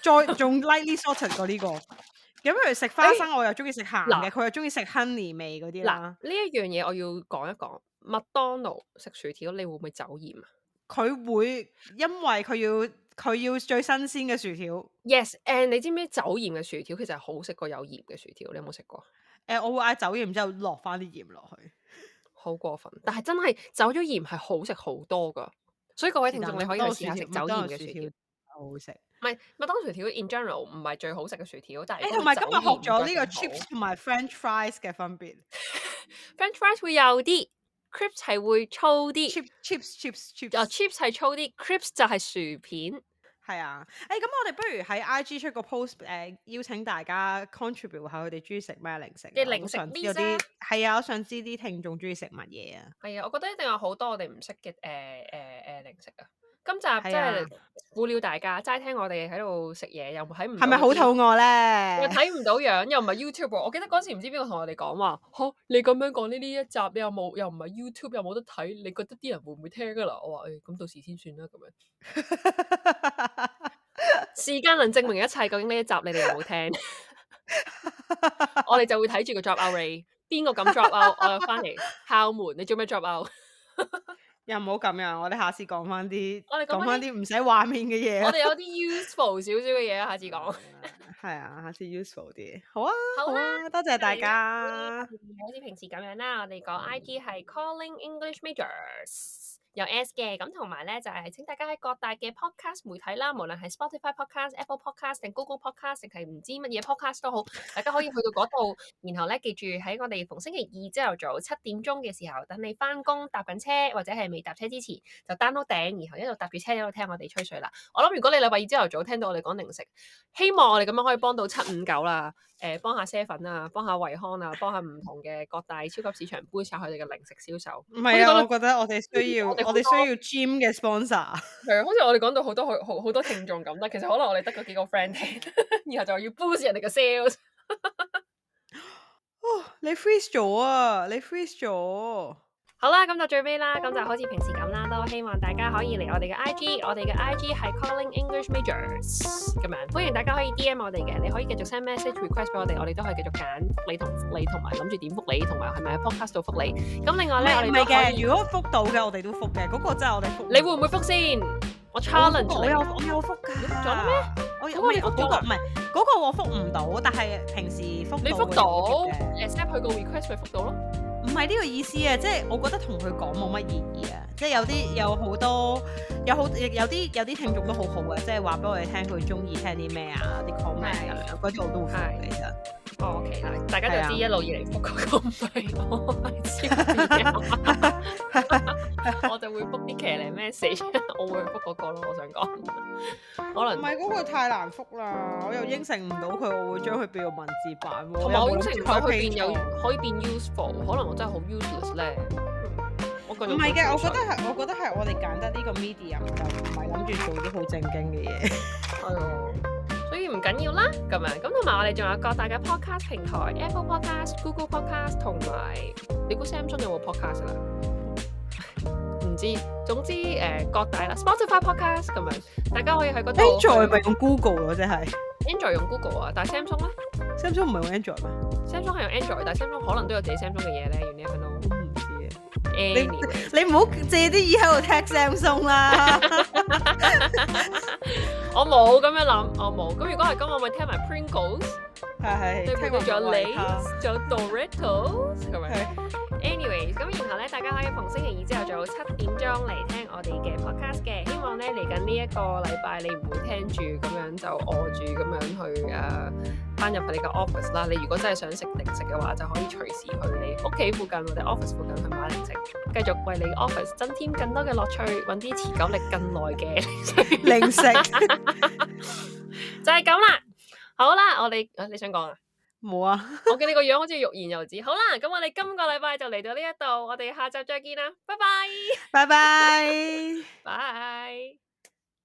再 仲 lightly salted 過呢、個。咁譬如食花哎生，我又中意食鹹嗱嘅，佢又中意食 honey 味嗰啲嗱，啦呢。一樣嘢我要講一講，麥當勞食薯條，你會唔會走鹽啊佢會因為佢要佢要最新鮮嘅薯條。 ？Yes，and 你知唔知走鹽嘅薯條其實係好食過有鹽嘅薯條？你有冇食過？誒、我會嗌酒，然之後落翻啲鹽落去。好過分，但係真係走咗鹽係好食好多噶。所以各位聽眾，你可以去試下食走鹽嘅薯條。好好食。唔係麥當勞薯條 in general 唔係最好食嘅薯條，但係誒，如同果埋佢今日學走鹽咗呢個再更好 chips 同埋 French fries 嘅分別。 French fries 會幼啲，crips 係會粗啲 chips chips chips 啊 chips， ，chips 係粗啲，crips 就係薯片。係啊。誒、咁我哋不如喺 IG 出個 post 誒、邀請大家 contribute 下佢哋中意食咩零食啊。嘅我零都食想知 list 有啲啊係啊，我想知啲聽眾中意食乜嘢啊。係啊，我覺得一定有好多我哋唔識嘅誒誒誒零食啊！今集真啊係鼓料大家，齋聽我哋喺度食嘢，又睇唔係咪好肚肚？餓又咧？睇唔到樣，又唔係 YouTube。我記得嗰時唔知邊個同我哋講話，嚇你咁樣講呢呢一集，你又冇又唔係 YouTube，又冇得睇，你覺得啲人會唔會聽㗎啦？我話誒，咁、到時先算啦咁樣。時間能證明一切，究竟呢一集你哋有冇聽？我哋就會睇住個 drop out rate，邊個咁 drop out，我又翻嚟敲門，你做咩 drop out？ 又唔好咁樣，我哋下次講翻啲我哋講講返翻啲唔使畫面嘅嘢我啊。哋有啲 useful 少少嘅嘢啊，下次講。係啊，下次 useful 啲。好啊，好好啦啊，多謝大你家。好似平時咁樣啦，我哋嗯講 IG 係 Calling English Majors 有 S 嘅，咁同埋咧就係、請大家喺各大嘅 podcast 媒體啦，無論係 Spotify podcast、Apple podcast 定 Google podcast 定係唔知乜嘢 podcast 都好，大家可以去到嗰度，然後咧記住喺我哋逢星期二朝頭早七點鐘嘅時候，等你翻工搭緊車或者係未搭車之前，就 download 頂，然後一路搭住車一路聽我哋吹水啦。我諗如果你禮拜二朝頭早聽到我哋講零食，希望我哋咁樣可以幫到七五九啦。誒幫下 seven 啊，幫下惠康啊，幫下唔同嘅各大超級市場杯晒佢哋嘅零食銷售。唔係啊，我我哋覺得我哋需要，我我哋好哋需要 gym 嘅 sponsor。係啊，好似我哋講到好多好好好多聽眾咁啦，其實可能我哋得嗰幾個 friend 聽，然後就要 boost 人哋嘅 sales。哦， 你 freeze 咗啊！你 freeze 咗。啊好啦，咁就最尾啦，咁就好似平時咁啦，都希望大家可以嚟我哋嘅 IG，我哋嘅 IG 係 Calling English Majors 咁樣，歡迎大家可以 DM 我哋嘅，你可以繼續 send message request 俾我哋，我哋都可以繼續揀覆你同覆你同埋諗住點覆你，同埋係咪喺 podcast 度覆你。咁另外唔咧，我係哋唔都係可以嘅，如果覆到嘅，我哋都覆嘅。嗰個真係我哋覆。你會唔會覆先？我我 challenge 有覆我你有。我有覆㗎。你覆咗啦咩？我嗰有個我你有覆嗰咗個啦唔係嗰個我覆唔到，但係平時覆你會覆到會接嘅，accept 佢個 request 咪覆到咯。唔係呢個意思啊，即係我覺得同佢講冇乜意義啊，即係有啲有好多有好有啲有啲聽眾都啊好好嘅，即係話俾我哋聽佢中意聽啲咩啊，啲 comment 咁樣嗰啲我都會覆嘅其實。我屋企啦，大家係啊就知一路以嚟 book 嗰個唔係我係超嘅，Ờ, 我就會 book 啲騎呢 message，我會 book 嗰個咯。我想講，可唔能係嗰個太難覆啦，我又應承唔到佢，我會將佢變做文字版喎。同同埋埋我我應應承承唔唔到到佢佢變變有有可以變 useful，可能我真係好 useless 咧。我唔係嘅，我覺得係，我覺得係我哋揀得呢個 medium 就唔係諗住做啲好正經嘅嘢。Ờ. 係啊，所以唔緊要啦，咁樣咁同埋我哋仲有各大嘅 podcast 平台，Apple Podcast、Google Podcast 同埋你估 Samsung 有冇 podcast 啦？唔知，總之誒、呃各大啦，Spotify podcast 咁樣，大家可以喺嗰度 Android 咪去用 Google 咯，即係 Android 用 Google à? 啊，但係 Samsung 咧 Samsung 唔係用 Android 咩？ ，Samsung 係用 Android，但係 Samsung 可能都有自己 Samsung 嘅嘢咧，you never 我唔知啊 know。Anyway，你唔好借啲耳喺度 tag Samsung 啦。我冇咁樣諗，我冇。咁如果係咁，我咪聽埋 Pringles，係對係，面聽仲有你 Lay's，仲有 Doritos 咁樣。係 Anyway，咁然後咧，大家可以逢星期二朝頭早七點鐘嚟聽我哋嘅 podcast 嘅。希望咧嚟緊呢一個禮拜你唔會聽住咁樣就餓住咁樣去誒翻、入去你嘅 office 啦。你如果真係想食零食嘅話，就可以隨時去你屋企附近或者 office 附近去買零食，繼續為你 office 增添更多嘅樂趣，揾啲持久力更耐嘅 零食。零食就係咁啦。好啦，我哋啊你想講啊？冇啊，我見你個樣好似欲言又止。好啦，咁我哋今個禮拜就嚟到呢一度，我哋下集再見啦，拜拜拜，拜。拜。